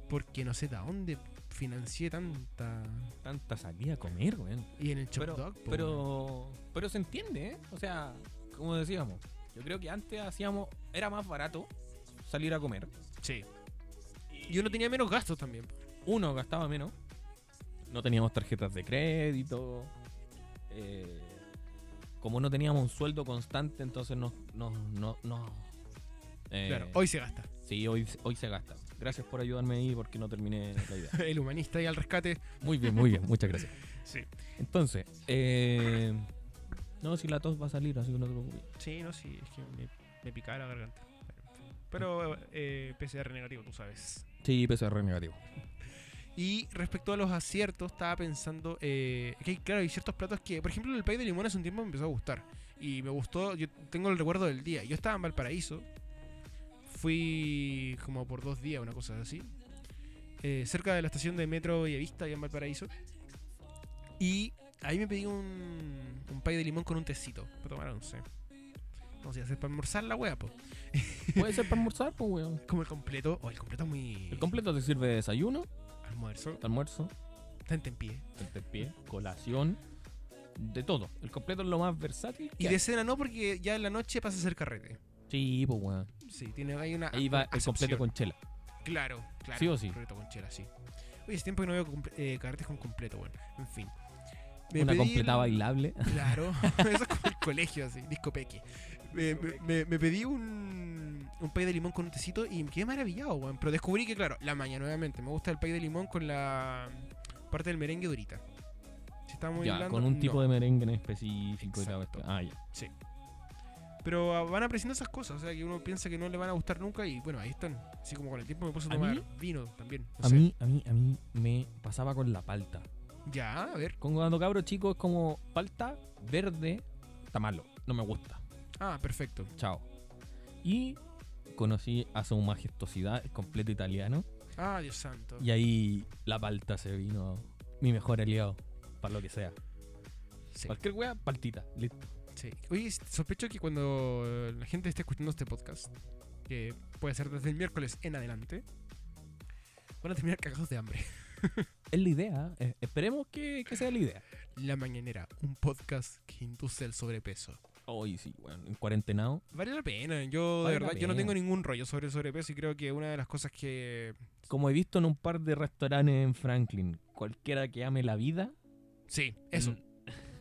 Speaker 2: Porque no sé de dónde financié tanta.
Speaker 1: Tanta salida a comer, weón.
Speaker 2: Y en el Chop
Speaker 1: pero,
Speaker 2: Dog, po, weón.
Speaker 1: pero, pero se entiende, ¿eh? O sea, como decíamos, yo creo que antes hacíamos, era más barato salir a comer.
Speaker 2: Sí. Y uno tenía menos gastos también.
Speaker 1: Uno gastaba menos. No teníamos tarjetas de crédito. eh, como no teníamos un sueldo constante, entonces nos... nos, nos, nos, eh,
Speaker 2: Claro, hoy se gasta. (laughs)
Speaker 1: Sí, hoy, hoy se gasta. Gracias por ayudarme ahí porque no terminé la idea.
Speaker 2: El humanista y al rescate.
Speaker 1: Muy bien, muy bien, muchas gracias.
Speaker 2: Sí.
Speaker 1: Entonces, eh, no, si la tos va a salir, así que no te preocupes.
Speaker 2: Sí, no, sí, es que me, me picaba la garganta. Pero eh, PCR negativo, tú sabes.
Speaker 1: Sí, PCR negativo.
Speaker 2: Y respecto a los aciertos, estaba pensando eh, que, hay- claro, hay ciertos platos que, por ejemplo, el pay de limón hace un tiempo me empezó a gustar. Y me gustó, yo tengo el recuerdo del día. Yo estaba en Valparaíso, fui como por dos días, una cosa así, eh, cerca de la estación de metro Bellavista, allá en Valparaíso. Y ahí me pedí un, un pay de limón con un tecito, para tomar once. No sé, hacer para almorzar la wea, po.
Speaker 1: (laughs) Puede ser para almorzar, pues, weón.
Speaker 2: Como el completo, o el completo es muy.
Speaker 1: El completo te sirve de desayuno,
Speaker 2: almuerzo,
Speaker 1: almuerzo,
Speaker 2: tente en pie.
Speaker 1: pie, colación, de todo. El completo es lo más versátil. que
Speaker 2: Y
Speaker 1: hay.
Speaker 2: de cena no, porque ya en la noche pasa a ser carrete.
Speaker 1: Sí, pues, weón.
Speaker 2: Sí, tiene ahí una.
Speaker 1: Ahí va el
Speaker 2: acepción.
Speaker 1: completo con chela.
Speaker 2: Claro, claro.
Speaker 1: Sí o sí.
Speaker 2: Completo con chela, sí. Oye, hace tiempo que no veo comple- eh, carretes con completo, bueno. En fin. Me
Speaker 1: Una
Speaker 2: pedí
Speaker 1: completa
Speaker 2: el-
Speaker 1: bailable.
Speaker 2: (laughs)
Speaker 1: (laughs)
Speaker 2: Claro, eso es como el colegio, así, discopeque. Me, me- me- me pedí un, un pay de limón con un tecito y me quedé maravillado, weón. Pero descubrí que, claro, la mañana nuevamente. Me gusta el pay de limón con la parte del merengue durita. Si está muy
Speaker 1: ya,
Speaker 2: blando,
Speaker 1: con un
Speaker 2: no.
Speaker 1: tipo de merengue en específico. y la
Speaker 2: Exacto.
Speaker 1: cuestión. ah, ya.
Speaker 2: Pero ah, van apareciendo esas cosas, o sea, que uno piensa que no le van a gustar nunca y bueno, ahí están. Así como con el tiempo me puse a
Speaker 1: ¿A
Speaker 2: tomar
Speaker 1: mí?
Speaker 2: vino también. no
Speaker 1: A
Speaker 2: sé.
Speaker 1: mí, a mí, a mí me pasaba con la palta.
Speaker 2: Ya, a ver.
Speaker 1: Con cuando cabro chico es como palta verde, está malo, no me gusta.
Speaker 2: Ah, perfecto.
Speaker 1: Chao. Y conocí a su majestuosidad, el completo italiano.
Speaker 2: Ah, Dios santo.
Speaker 1: Y ahí la palta se vino mi mejor aliado, para lo que sea.
Speaker 2: Sí,
Speaker 1: Cualquier wea, paltita. Listo.
Speaker 2: sí. Oye, s- sospecho que cuando eh, la gente esté escuchando este podcast, que puede ser desde el miércoles en adelante, van a terminar cagados de hambre. (laughs)
Speaker 1: Es la idea. eh, Esperemos que, que sea la idea.
Speaker 2: La Mañanera, un podcast que induce el sobrepeso.
Speaker 1: Hoy sí, bueno, en cuarentenado.
Speaker 2: Vale la pena, yo
Speaker 1: Vale
Speaker 2: de
Speaker 1: la
Speaker 2: verdad, yo no
Speaker 1: pena.
Speaker 2: tengo ningún rollo sobre el sobrepeso y creo que una de las cosas que...
Speaker 1: Como he visto en un par de restaurantes en Franklin, cualquiera que ame la vida.
Speaker 2: Sí, eso.
Speaker 1: mm,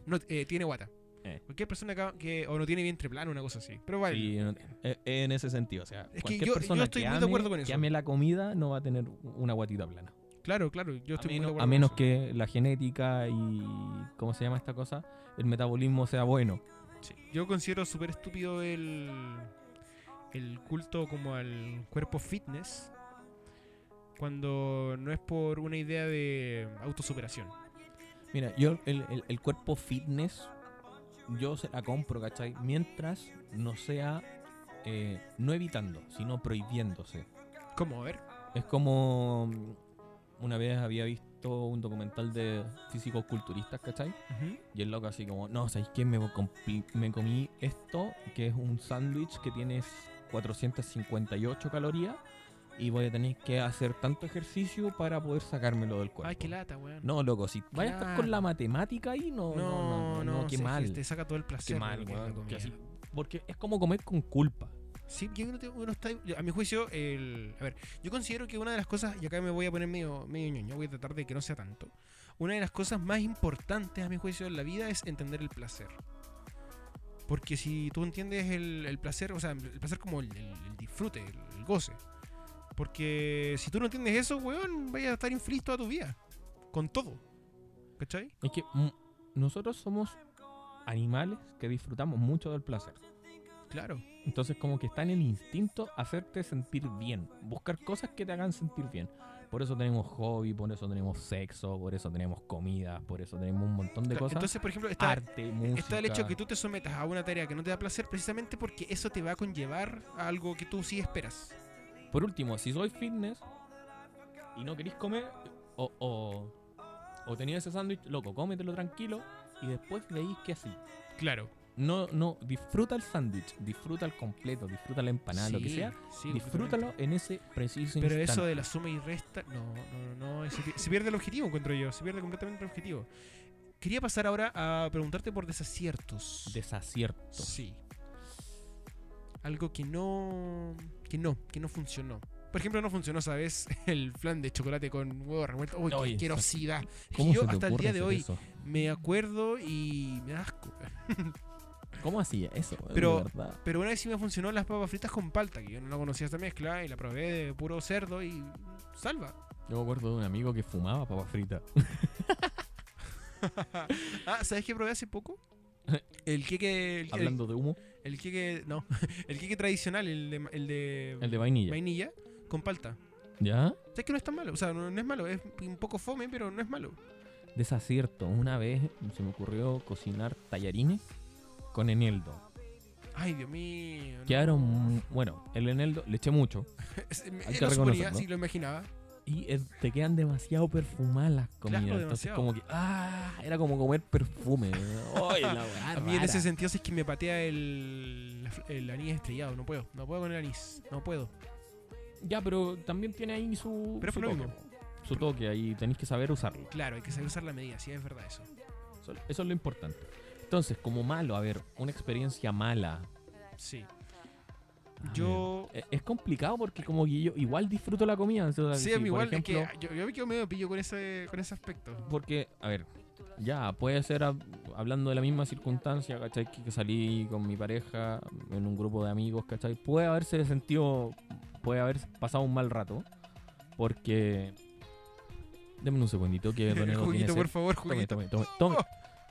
Speaker 2: No, eh, tiene guata.
Speaker 1: Eh.
Speaker 2: Cualquier persona que, que- o no tiene vientre plano, una cosa así. Pero vale.
Speaker 1: sí, en, eh, en ese sentido, o sea,
Speaker 2: que
Speaker 1: cualquier
Speaker 2: yo- yo
Speaker 1: persona
Speaker 2: estoy
Speaker 1: que,
Speaker 2: muy de
Speaker 1: ame,
Speaker 2: acuerdo con
Speaker 1: que
Speaker 2: eso.
Speaker 1: ame la comida no va a tener una guatita plana.
Speaker 2: Claro, claro. Yo
Speaker 1: a
Speaker 2: estoy muy de
Speaker 1: menos,
Speaker 2: acuerdo
Speaker 1: a
Speaker 2: con
Speaker 1: menos
Speaker 2: eso.
Speaker 1: que la genética y. ¿Cómo se llama esta cosa? El metabolismo sea bueno.
Speaker 2: Sí. Yo considero súper estúpido el, el culto como al cuerpo fitness cuando no es por una idea de autosuperación.
Speaker 1: Mira, yo el, el- el cuerpo fitness, yo se la compro, ¿cachai? Mientras no sea, eh, no evitando, sino prohibiéndose.
Speaker 2: ¿Cómo? A ver.
Speaker 1: Es como mm, una vez había visto un documental de físicos culturistas, ¿cachai? Y el loco así como, no, ¿sabéis qué? Me, compi- me comí esto, que es un sándwich que tiene 458 calorías y voy a tener que hacer tanto ejercicio para poder sacármelo del cuerpo.
Speaker 2: Ay, qué lata, weón.
Speaker 1: No, loco, si vayas a estar con la
Speaker 2: Claro.
Speaker 1: matemática ahí, no, no, no, no, qué
Speaker 2: se-
Speaker 1: mal.
Speaker 2: Te saca todo el placer.
Speaker 1: Qué
Speaker 2: de este lo
Speaker 1: mal,
Speaker 2: que es la
Speaker 1: weón,
Speaker 2: comida.
Speaker 1: que así- Porque es como comer con culpa.
Speaker 2: Sí, yo uno, te- uno está, a mi juicio, el, a ver, yo considero que una de las cosas, y acá me voy a poner medio, medio ñoño, voy a tratar de que no sea tanto, una de las cosas más importantes a mi juicio en la vida es entender el placer. Porque si tú entiendes el, el placer, o sea, el placer como el, el- el disfrute, el, el goce. Porque si tú no entiendes eso, weón, vaya a estar infeliz toda tu vida. Con todo. ¿Cachai?
Speaker 1: Es que mm, nosotros somos animales que disfrutamos mucho del placer.
Speaker 2: Claro.
Speaker 1: Entonces como que está en el instinto hacerte sentir bien, buscar cosas que te hagan sentir bien. Por eso tenemos hobby, por eso tenemos sexo, por eso tenemos comida, por eso tenemos un montón de cosas.
Speaker 2: Entonces, por ejemplo, está,
Speaker 1: Arte, música.
Speaker 2: Está el hecho de que tú te sometas a una tarea que no te da placer precisamente porque eso te va a conllevar a algo que tú sí esperas.
Speaker 1: Por último, si soy fitness y no querís comer, o, o, o tenías ese sándwich, loco, cómetelo tranquilo y después veis que así.
Speaker 2: Claro.
Speaker 1: No, no, disfruta el sándwich, disfruta el completo, disfruta la empanada, lo que sea. Disfrútalo en ese preciso
Speaker 2: Pero
Speaker 1: instante.
Speaker 2: eso de la suma y resta, no, no, no, no, se, pi- se pierde el objetivo, encuentro yo, se pierde completamente el objetivo. Quería pasar ahora a preguntarte por desaciertos.
Speaker 1: Desacierto.
Speaker 2: Sí. Algo que no, que no, que no funcionó. Por ejemplo, no funcionó, ¿sabes? (laughs) El flan de chocolate con huevo revuelto. ¡Uy,
Speaker 1: Oye,
Speaker 2: qué asquerosidad! Es que
Speaker 1: ¿Cómo
Speaker 2: yo
Speaker 1: se te
Speaker 2: hasta el
Speaker 1: ocurre
Speaker 2: día de
Speaker 1: hacer
Speaker 2: hoy
Speaker 1: eso?
Speaker 2: me acuerdo y me da asco.
Speaker 1: ¿Cómo hacía eso? weón?
Speaker 2: Pero-
Speaker 1: De verdad.
Speaker 2: Pero una vez sí me funcionó las papas fritas con palta, que yo no conocía esta mezcla y la probé de puro cerdo y salva.
Speaker 1: Yo me acuerdo de un amigo que fumaba papas
Speaker 2: (laughs)
Speaker 1: fritas.
Speaker 2: ah, ¿sabes qué probé hace
Speaker 1: (laughs)
Speaker 2: poco? El queque. El,
Speaker 1: Hablando de humo,
Speaker 2: El, el queque. No. (laughs) El queque tradicional, el de, el de,
Speaker 1: el de vainilla.
Speaker 2: vainilla, con palta.
Speaker 1: ¿Ya?
Speaker 2: ¿Sabes que no es tan malo? O sea, no, no es malo. Es un poco fome, pero no es malo.
Speaker 1: Desacierto. Una vez se me ocurrió cocinar tallarines con eneldo.
Speaker 2: Ay, Dios mío. no.
Speaker 1: Quedaron, bueno, el eneldo le eché mucho
Speaker 2: (laughs) Es- me- eh,
Speaker 1: hay que
Speaker 2: lo suponía,
Speaker 1: reconocerlo.
Speaker 2: sí, lo imaginaba.
Speaker 1: y eh, te quedan demasiado perfumadas las comidas. Entonces
Speaker 2: demasiado.
Speaker 1: como que, ah, era como
Speaker 2: (laughs)
Speaker 1: comer perfume. Ay, la weá
Speaker 2: A mí en
Speaker 1: Ah, rara.
Speaker 2: ese sentido sí es que me patea el, la fl- el anís estrellado. No puedo. No puedo con el anís. No puedo.
Speaker 1: Ya, pero también tiene ahí su,
Speaker 2: Pero
Speaker 1: su
Speaker 2: fue lo
Speaker 1: toque.
Speaker 2: mismo.
Speaker 1: Su toque, ahí tenéis que saber usarlo.
Speaker 2: Claro, hay que saber usar la medida, sí, es verdad eso.
Speaker 1: Eso, eso es lo importante. Entonces, como malo, a ver, una experiencia mala.
Speaker 2: Sí.
Speaker 1: Ah, A
Speaker 2: Yo.
Speaker 1: ver, e- Es complicado porque como que yo igual disfruto la comida. o sea,
Speaker 2: Sí,
Speaker 1: si,
Speaker 2: a mí
Speaker 1: por
Speaker 2: igual, es
Speaker 1: ejemplo,
Speaker 2: que yo, yo me quedo medio pillo con ese, con ese aspecto.
Speaker 1: Porque, a ver, ya, puede ser hab- hablando de la misma circunstancia, ¿cachai? Que que salí con mi pareja en un grupo de amigos, ¿cachai? Puede haberse sentido, puede haber pasado un mal rato. Porque... Denme un segundito
Speaker 2: (laughs)
Speaker 1: que Don Edo tiene
Speaker 2: juguito, por
Speaker 1: sed.
Speaker 2: favor,
Speaker 1: Tome,
Speaker 2: juguito.
Speaker 1: tome, tome, tome.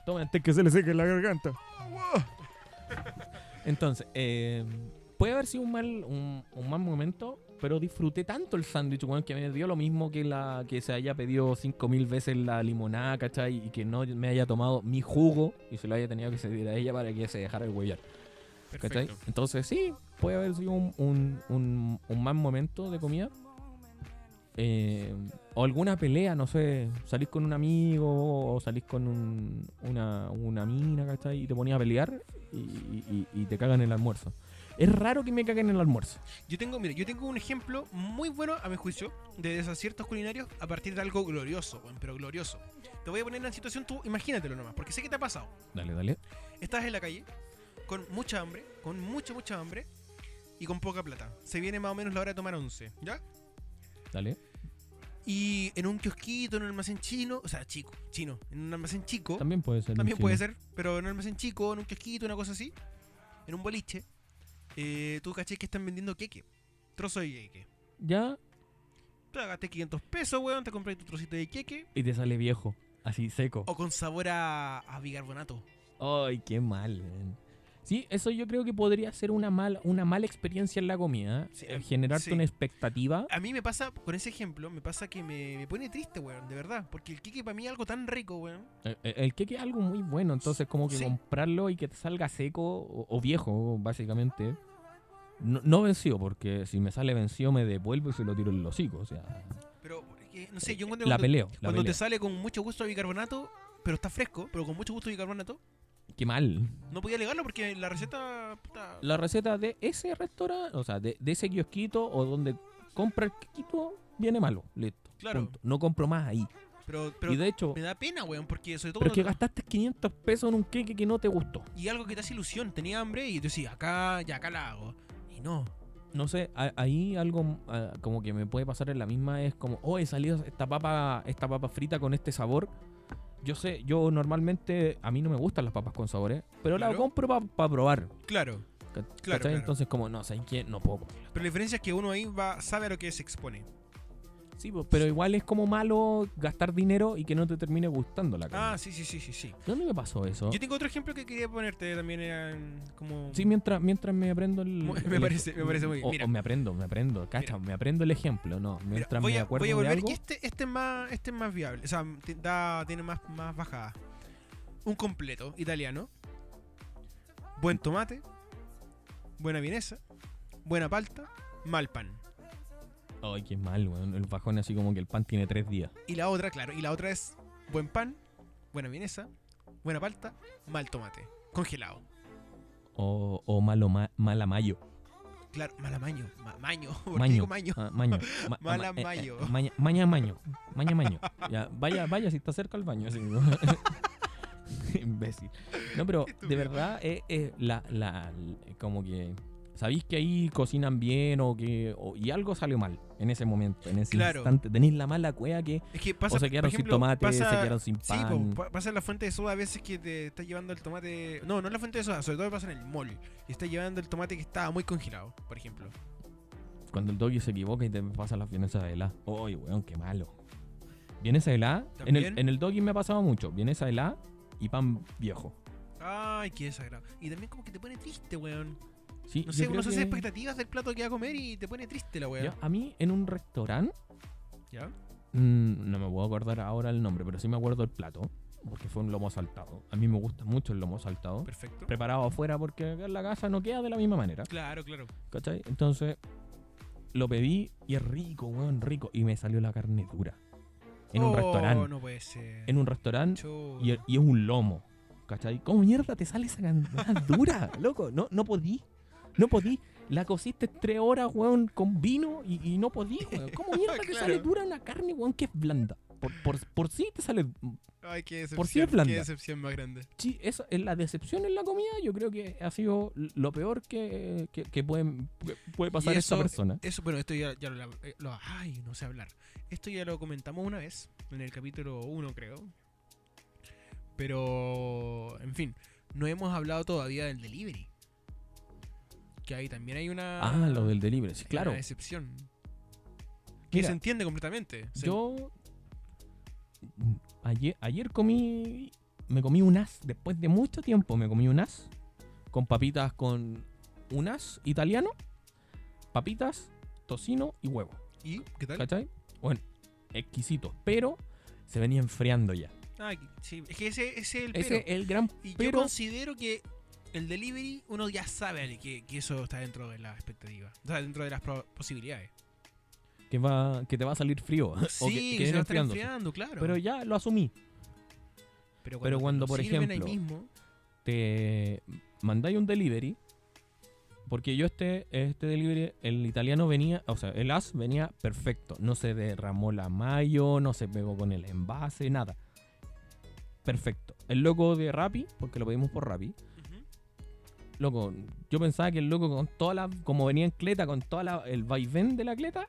Speaker 1: Tome antes que se le seque la garganta. Entonces, eh, puede haber sido un mal, un, un mal momento, pero disfruté tanto el sándwich, weón, que me dio lo mismo que la que se haya pedido 5000 veces la limonada, ¿cachai? Y que no me haya tomado mi jugo y se lo haya tenido que servir a ella para que se dejara el huellar, ¿cachai?
Speaker 2: Perfecto.
Speaker 1: Entonces, sí, puede haber sido un, un, un- un mal momento de comida. Eh, o alguna pelea, no sé, salís con un amigo o salís con un- una, una mina, ¿cachai? Y te ponías a pelear y, y- y- y te cagan el almuerzo. Es raro que me caguen el almuerzo.
Speaker 2: Yo tengo, mire, yo tengo un ejemplo muy bueno, a mi juicio, de desaciertos culinarios a partir de algo glorioso, weón, pero glorioso. Te voy a poner en una situación, tú imagínatelo nomás, porque sé que te ha pasado.
Speaker 1: Dale, dale.
Speaker 2: Estás en la calle, con mucha hambre, con mucha, mucha hambre, y con poca plata. Se viene más o menos la hora de tomar once, ¿ya?
Speaker 1: Dale.
Speaker 2: Y en un kiosquito, en un almacén chino, o sea, chico, chino, en un almacén chico,
Speaker 1: También puede ser.
Speaker 2: Oh, También
Speaker 1: un
Speaker 2: puede
Speaker 1: chino.
Speaker 2: ser, pero en un almacén chico, en un kiosquito, una cosa así, en un boliche, eh, tú caché que están vendiendo queque, trozo de queque.
Speaker 1: Ya,
Speaker 2: Tú gasté 500 pesos, weón, te compré tu trocito de queque,
Speaker 1: y te sale viejo, así seco.
Speaker 2: o con sabor a, a bicarbonato.
Speaker 1: Ay, qué mal. weón. Sí, eso yo creo que podría ser una, mal, una mala experiencia en la comida.
Speaker 2: Sí,
Speaker 1: eh, generarte
Speaker 2: sí.
Speaker 1: una expectativa.
Speaker 2: A mí me pasa, con ese ejemplo, me pasa que me, me pone triste, weón, de verdad. Porque el kike para mí es algo tan rico, weón.
Speaker 1: Eh, eh, El queque es algo muy bueno, entonces como que
Speaker 2: Sí.
Speaker 1: comprarlo y que te salga seco o, o viejo, básicamente. No, no vencido, porque si me sale vencido me devuelvo y se lo tiro en los hocico. O sea,
Speaker 2: Pero, eh, no sé, yo
Speaker 1: eh,
Speaker 2: encuentro
Speaker 1: la
Speaker 2: cuando,
Speaker 1: peleo. La
Speaker 2: cuando te
Speaker 1: peleo.
Speaker 2: sale con mucho gusto a bicarbonato, pero está fresco, pero con mucho gusto a bicarbonato,
Speaker 1: Qué mal.
Speaker 2: no podía alegarlo porque la receta... puta,
Speaker 1: La receta de ese restaurante, o sea, de, de ese kiosquito o donde compra el kiosquito, viene malo. Listo.
Speaker 2: Claro.
Speaker 1: punto. No compro más ahí.
Speaker 2: pero pero
Speaker 1: y de hecho,
Speaker 2: me da pena, weón, porque sobre todo...
Speaker 1: pero es que
Speaker 2: cuando-
Speaker 1: gastaste 500 pesos en un queque que no te gustó.
Speaker 2: Y algo que te hace ilusión, tenía hambre y tú decís, acá, ya acá la hago. Y no.
Speaker 1: No sé, a- ahí algo ah, como que me puede pasar en la misma es como, oh, he salido esta papa, esta papa frita con este sabor. Yo sé, yo normalmente, a mí no me gustan las papas con sabores, pero las
Speaker 2: Claro.
Speaker 1: compro para probar.
Speaker 2: Claro.
Speaker 1: ca-
Speaker 2: Claro,
Speaker 1: ¿cachai?
Speaker 2: claro.
Speaker 1: Entonces como, no, ¿sabes qué? No puedo. comerlas.
Speaker 2: Pero la diferencia es que uno ahí va sabe a lo que se expone.
Speaker 1: Sí, pues, pero igual es como malo gastar dinero y que no te termine gustando la comida.
Speaker 2: Ah, sí, sí, sí, sí, sí.
Speaker 1: ¿Dónde me pasó eso?
Speaker 2: Yo tengo otro ejemplo que quería ponerte también eran como...
Speaker 1: Oh. Sí, mientras, mientras me aprendo el...
Speaker 2: Mu- me
Speaker 1: el-
Speaker 2: parece- me parece muy bien.
Speaker 1: o-
Speaker 2: Mira.
Speaker 1: o me aprendo, me aprendo, cacha, me aprendo el ejemplo, no.
Speaker 2: Mira,
Speaker 1: Mientras
Speaker 2: voy,
Speaker 1: me
Speaker 2: a,
Speaker 1: acuerdo
Speaker 2: voy a volver
Speaker 1: de algo...
Speaker 2: y este, este es más, este es más viable. O sea, te- da- tiene más, más bajada. Un completo italiano. Buen tomate. Buena vienesa. Buena palta. Mal pan.
Speaker 1: Ay, qué mal, weón. El bajón así como que el pan tiene tres días.
Speaker 2: Y la otra, claro. Y la otra es buen pan. Buena vienesa. Buena palta. Mal tomate. Congelado.
Speaker 1: O, o malo, ma- mala mayo.
Speaker 2: Claro, malamaño. ma- maño. (laughs) ¿Por qué
Speaker 1: Maño.
Speaker 2: digo maño?
Speaker 1: Ah,
Speaker 2: (laughs)
Speaker 1: maño. Ma-
Speaker 2: Mala
Speaker 1: ma- eh, eh,
Speaker 2: mayo.
Speaker 1: maña, maña maño. Maña maño. Ya, vaya, vaya, si está cerca al baño. así como. (laughs) Imbécil. No, pero de
Speaker 2: Estúpido.
Speaker 1: verdad, es la, la, como que. Sabéis que ahí cocinan bien o que. o- y algo salió mal en ese momento, en ese
Speaker 2: Claro.
Speaker 1: instante. Tenéis la mala cueva que.
Speaker 2: Es que pasa,
Speaker 1: o se quedaron
Speaker 2: por ejemplo,
Speaker 1: sin tomate,
Speaker 2: pasa-
Speaker 1: se quedaron sin
Speaker 2: Sí,
Speaker 1: pan.
Speaker 2: po, pa- pasa en la fuente de soda a veces que te está llevando el tomate. No, no en la fuente de soda, sobre todo pasa en el mall. Y está llevando el tomate que estaba muy congelado, por ejemplo.
Speaker 1: Cuando el doggy se equivoca y te pasa las vienesas de helada. Uy, weón, qué malo. Vienesa de helada. En
Speaker 2: También.
Speaker 1: el, en el doggy me ha pasado mucho. Vienesa de helada y pan viejo.
Speaker 2: Ay, qué desagrado. Y también como que te pone triste, weón.
Speaker 1: Sí,
Speaker 2: No
Speaker 1: yo
Speaker 2: sé,
Speaker 1: creo
Speaker 2: uno se hace
Speaker 1: que-
Speaker 2: expectativas del plato que va a comer y te pone triste la
Speaker 1: yo-
Speaker 2: weón.
Speaker 1: a mí en un restaurante,
Speaker 2: ¿Ya?
Speaker 1: mm, no me puedo acordar ahora el nombre, pero sí me acuerdo el plato, porque fue un lomo saltado. A mí me gusta mucho el lomo saltado.
Speaker 2: Perfecto.
Speaker 1: Preparado afuera porque acá en la casa no queda de la misma manera.
Speaker 2: Claro, claro.
Speaker 1: ¿Cachai? Entonces lo pedí y es rico, weón, rico. Y me salió la carne dura. En un
Speaker 2: Oh,
Speaker 1: restaurante.
Speaker 2: No puede ser.
Speaker 1: En un restaurante
Speaker 2: Chuta.
Speaker 1: y, y es un lomo. ¿Cachai? ¿Cómo mierda te sale esa (laughs) cantidad dura, loco? No, no podí. No podí. La cociste tres horas, weón, con vino y, y no podí,
Speaker 2: (laughs)
Speaker 1: weón. ¿Cómo mierda te
Speaker 2: Claro.
Speaker 1: sale dura una carne, weón, que es blanda? Por, por, por sí te sale.
Speaker 2: Ay, qué decepción.
Speaker 1: por sí es blanda.
Speaker 2: Qué decepción más grande.
Speaker 1: Sí, eso, en la decepción en la comida, yo creo que ha sido lo peor que, que, que pueden- que puede pasar
Speaker 2: Y
Speaker 1: a esta
Speaker 2: eso-
Speaker 1: persona.
Speaker 2: Eso, bueno, esto ya, ya lo, eh, lo- Ay, no sé hablar. Esto ya lo comentamos una vez, en el capítulo 1 creo. Pero, en fin, no hemos hablado todavía del delivery. Que ahí también hay una...
Speaker 1: Ah, lo del delivery. Sí, claro.
Speaker 2: Una excepción. Que
Speaker 1: Mira,
Speaker 2: se entiende completamente. Se-
Speaker 1: Yo ayer, ayer comí, me comí un as, después de mucho tiempo me comí un as, con papitas con un as italiano, papitas, tocino y huevo,
Speaker 2: ¿Y qué tal?
Speaker 1: ¿cachai? Bueno, exquisito, pero se venía enfriando ya.
Speaker 2: Ah, aquí- sí, es que ese, ese es el
Speaker 1: Ese
Speaker 2: pero.
Speaker 1: es el gran
Speaker 2: Y yo
Speaker 1: pero,
Speaker 2: considero que el delivery uno ya sabe que, que eso está dentro de la expectativa. O sea, dentro de las pro- posibilidades.
Speaker 1: que, va, que te va a salir frío. (laughs) o que,
Speaker 2: Sí,
Speaker 1: que
Speaker 2: que se
Speaker 1: viene
Speaker 2: va a estar
Speaker 1: enfriándose.
Speaker 2: enfriando, claro.
Speaker 1: Pero ya lo asumí.
Speaker 2: Pero
Speaker 1: Pero
Speaker 2: te
Speaker 1: cuando,
Speaker 2: lo
Speaker 1: por
Speaker 2: sirven ahí
Speaker 1: ejemplo,
Speaker 2: mismo,
Speaker 1: te mandáis un delivery. Porque yo este, este delivery, el italiano venía, o sea, el as venía perfecto. No se derramó la mayo, no se pegó con el envase, nada. Perfecto. El loco de Rappi, porque lo pedimos por Rappi. Loco, yo pensaba que el loco con toda la, como venía en cleta, con toda la, el vaivén de la cleta,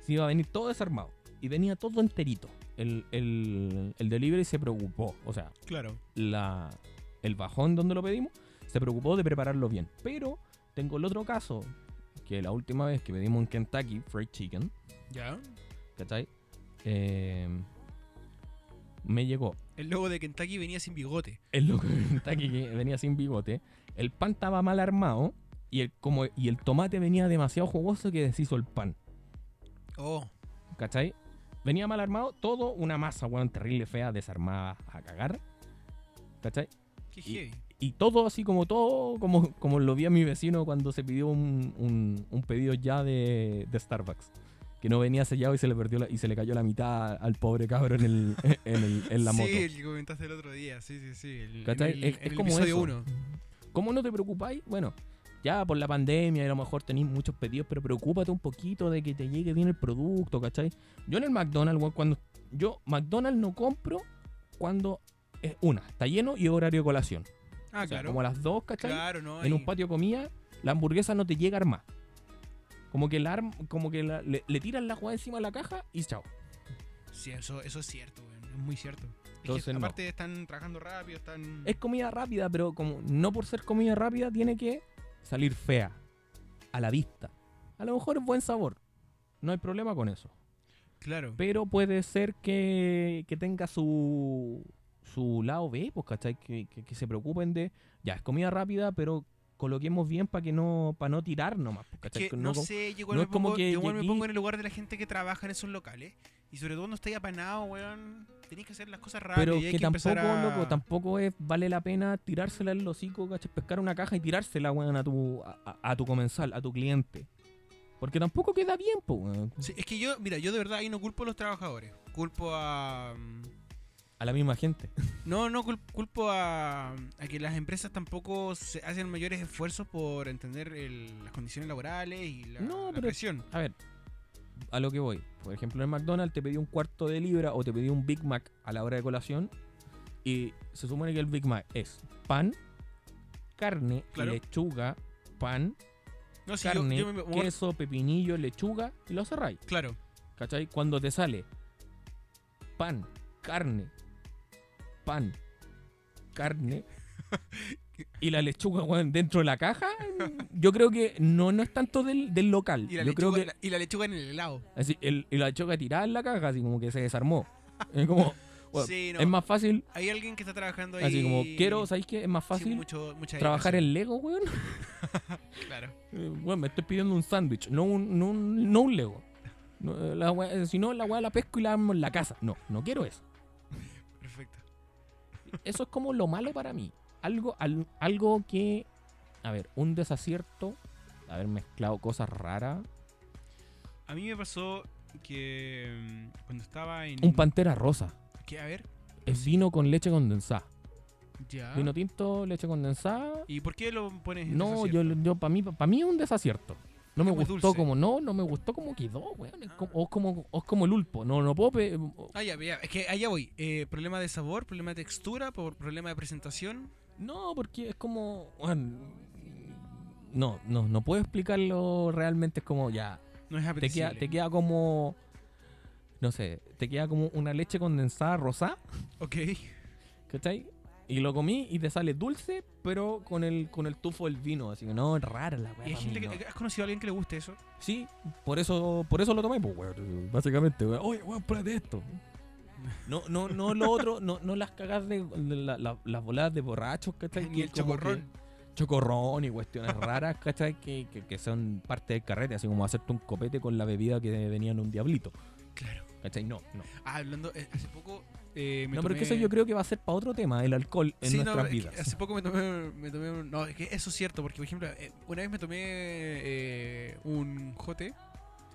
Speaker 1: se iba a venir todo desarmado. Y venía todo enterito. El, el, el delivery se preocupó. O sea,
Speaker 2: claro,
Speaker 1: la, el bajón donde lo pedimos, se preocupó de prepararlo bien. Pero tengo el otro caso, que la última vez que pedimos en Kentucky Fried Chicken,
Speaker 2: ya.
Speaker 1: ¿cachai? Eh, Em, me llegó
Speaker 2: El logo de Kentucky venía sin bigote.
Speaker 1: el loco de Kentucky que venía sin bigote, el pan estaba mal armado y el, como, y el tomate venía demasiado jugoso que deshizo el pan.
Speaker 2: Oh,
Speaker 1: ¿Cachai? Venía mal armado, todo una masa, weón, terrible, fea, desarmada a cagar. ¿Cachai?
Speaker 2: qué
Speaker 1: Y-
Speaker 2: heavy.
Speaker 1: Y todo así como todo, como, como lo vi a mi vecino cuando se pidió un, un- un pedido ya de, de Starbucks. Que no venía sellado y se le perdió la- y se le cayó la mitad al pobre cabro en, el, (laughs) en, el- en la moto.
Speaker 2: Sí, el que comentaste el otro día. Sí, sí, sí. el- en
Speaker 1: ¿Cachai?
Speaker 2: el,
Speaker 1: Es-
Speaker 2: en
Speaker 1: es
Speaker 2: el
Speaker 1: como
Speaker 2: episodio
Speaker 1: eso.
Speaker 2: 1.
Speaker 1: ¿Cómo no te preocupáis? Bueno, ya por la pandemia a lo mejor tenéis muchos pedidos, pero preocúpate un poquito de que te llegue bien el producto, ¿cachai? Yo en el McDonald's, weón, cuando. Yo McDonald's no compro cuando. Es una, está lleno y horario de colación.
Speaker 2: Ah,
Speaker 1: O sea,
Speaker 2: claro.
Speaker 1: Como a las dos, ¿cachai?
Speaker 2: claro, no.
Speaker 1: en
Speaker 2: y-
Speaker 1: un patio de comida, la hamburguesa no te llega a armar. Como que, la, arm- como que la- le, le tiran la jugada encima de la caja y chao.
Speaker 2: Sí, eso, eso es cierto, weón, Es muy cierto. Es que
Speaker 1: Entonces, no.
Speaker 2: aparte están trabajando rápido, están.
Speaker 1: Es comida rápida, pero como no por ser comida rápida tiene que salir fea a la vista. A lo mejor es buen sabor. No hay problema con eso.
Speaker 2: Claro.
Speaker 1: Pero puede ser que, que tenga su, su lado B, pues, ¿cachai? Que, que- que se preocupen de, ya, es comida rápida, pero coloquemos bien para que no, para no tirar nomás, pues, ¿cachai?
Speaker 2: que
Speaker 1: Que
Speaker 2: no
Speaker 1: com-
Speaker 2: sé, yo igual,
Speaker 1: no
Speaker 2: me,
Speaker 1: es como
Speaker 2: pongo,
Speaker 1: que
Speaker 2: yo igual me
Speaker 1: lleguí-
Speaker 2: pongo en el lugar de la gente que trabaja en esos locales. Y sobre todo no estáis apanados, weón. Tenéis que hacer las cosas rápido.
Speaker 1: pero
Speaker 2: y hay
Speaker 1: que, tampoco,
Speaker 2: empezar a-
Speaker 1: loco, tampoco es, vale la pena tirársela en el hocico, ¿cachai? Pescar una caja y tirársela, weón, a tu, a, a- a tu comensal, a tu cliente. Porque tampoco queda bien, po, weón.
Speaker 2: Sí, es que yo, mira, yo de verdad ahí no culpo a los trabajadores. Culpo a. mm,
Speaker 1: A la misma gente.
Speaker 2: No, no, cul- culpo a, a que las empresas tampoco se hacen mayores esfuerzos por entender el- las condiciones laborales y la,
Speaker 1: No,
Speaker 2: la
Speaker 1: pero-
Speaker 2: presión.
Speaker 1: A ver, a lo que voy. Por ejemplo, en McDonald's te pedí un cuarto de libra o te pedí un Big Mac a la hora de colación. Y se supone que el Big Mac es pan, carne,
Speaker 2: Claro.
Speaker 1: lechuga, pan,
Speaker 2: No, si yo-
Speaker 1: carne,
Speaker 2: yo, me- me-
Speaker 1: queso, pepinillo, lechuga y lo cerráis.
Speaker 2: Claro,
Speaker 1: ¿Cachai? Cuando te sale pan, carne, pan,
Speaker 2: (laughs)
Speaker 1: carne y la lechuga weón, dentro de la caja, yo creo que no, no es tanto del, del local.
Speaker 2: y la,
Speaker 1: yo creo
Speaker 2: lechuga,
Speaker 1: que
Speaker 2: la- y la lechuga en el helado.
Speaker 1: Así, el, y la lechuga tirada en la caja, así como que se desarmó.
Speaker 2: (laughs)
Speaker 1: Es como, bueno,
Speaker 2: sí, no.
Speaker 1: es más fácil,
Speaker 2: Hay alguien que está trabajando ahí.
Speaker 1: así como, quiero, ¿sabéis qué? Es más
Speaker 2: sin
Speaker 1: fácil
Speaker 2: mucho- mucha
Speaker 1: trabajar
Speaker 2: dedicación.
Speaker 1: en Lego, weón. (laughs)
Speaker 2: Claro.
Speaker 1: Eh, Weón, me estoy pidiendo un sándwich, no un, no, un, no un Lego. No, eh, la wea- eh, si no, la weá la pesco y la armo en la casa. No, no quiero eso.
Speaker 2: Perfecto.
Speaker 1: Eso es como lo malo para mí. Algo, al- algo que, a ver, un desacierto, haber mezclado cosas raras.
Speaker 2: A mí me pasó que mm, cuando estaba en.
Speaker 1: Un pantera rosa,
Speaker 2: ¿Qué? A ver.
Speaker 1: es vino con leche condensada.
Speaker 2: Ya.
Speaker 1: Vino tinto, leche condensada,
Speaker 2: Ah. ¿Y por qué lo pones en
Speaker 1: No,
Speaker 2: desacierto?
Speaker 1: yo, yo para mí, para mí es un desacierto. No me
Speaker 2: Es muy
Speaker 1: gustó
Speaker 2: dulce.
Speaker 1: como no, no me gustó como quedó, weón. Es
Speaker 2: Ah.
Speaker 1: como, o es como, o es como el ulpo. No, no puedo. pe-
Speaker 2: Ah, ya, ya. Es que allá voy. Eh, problema de sabor, problema de textura, por problema de presentación.
Speaker 1: No, porque es como. weón, no, no, no puedo explicarlo realmente. Es como ya.
Speaker 2: No es
Speaker 1: Te
Speaker 2: apetecible.
Speaker 1: queda, te queda como. No sé, te queda como una leche condensada rosada,
Speaker 2: Ok.
Speaker 1: ¿cachai? Y lo comí y te sale dulce, pero con el, con el tufo del vino. Así que no, es rara la weá.
Speaker 2: ¿Y hay
Speaker 1: pa' mí,
Speaker 2: gente que,
Speaker 1: no.
Speaker 2: ¿Has conocido a alguien que le guste eso?
Speaker 1: Sí, por eso, por eso lo tomé, pues, weón, Básicamente, weón. Oye, weón, pruébate esto. No, no, no lo otro, no, no las cagas de, de la- la- las voladas de borrachos, ¿cachai?
Speaker 2: Ni
Speaker 1: Que
Speaker 2: el
Speaker 1: como que-
Speaker 2: chocorrón.
Speaker 1: chocorrón y cuestiones raras, ¿cachai? Que, que, que son parte del carrete, así como hacerte un copete con la bebida que venía en un diablito.
Speaker 2: Claro.
Speaker 1: ¿Cachai? No, no.
Speaker 2: Ah, hablando, eh, hace poco eh, me
Speaker 1: no, pero es que eso
Speaker 2: tomé-
Speaker 1: yo creo que va a ser para otro tema, el alcohol en
Speaker 2: Sí, no,
Speaker 1: nuestras
Speaker 2: es que
Speaker 1: vidas.
Speaker 2: hace poco me tomé, me tomé un- No, es que eso es cierto, porque por ejemplo, eh, una vez me tomé eh, un jote.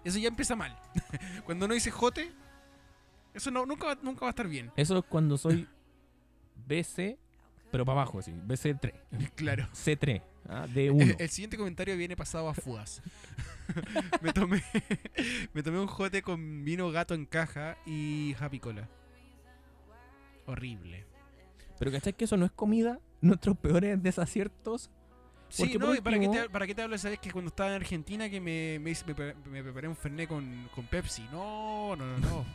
Speaker 2: Eso ya empieza mal. (laughs) Cuando no dice jote, eso no, nunca, va- nunca va a estar bien. (laughs)
Speaker 1: Eso es cuando soy BC, pero para abajo, así. BC3.
Speaker 2: Claro.
Speaker 1: C3. ah,
Speaker 2: Eh,
Speaker 1: D1.
Speaker 2: El siguiente comentario viene pasado a fugas. (laughs) me, tomé, (laughs) me tomé un jote con vino gato en caja y happy cola. Horrible. eh.
Speaker 1: Pero ¿cachai que eso no es comida? Nuestros peores desaciertos.
Speaker 2: Sí,
Speaker 1: Porque,
Speaker 2: no,
Speaker 1: por
Speaker 2: y para, qué te,
Speaker 1: último-
Speaker 2: para qué te hablo, sabes que cuando estaba en Argentina que me, me, hice- me pre- me preparé un fernet con, con Pepsi. No, no, no, no.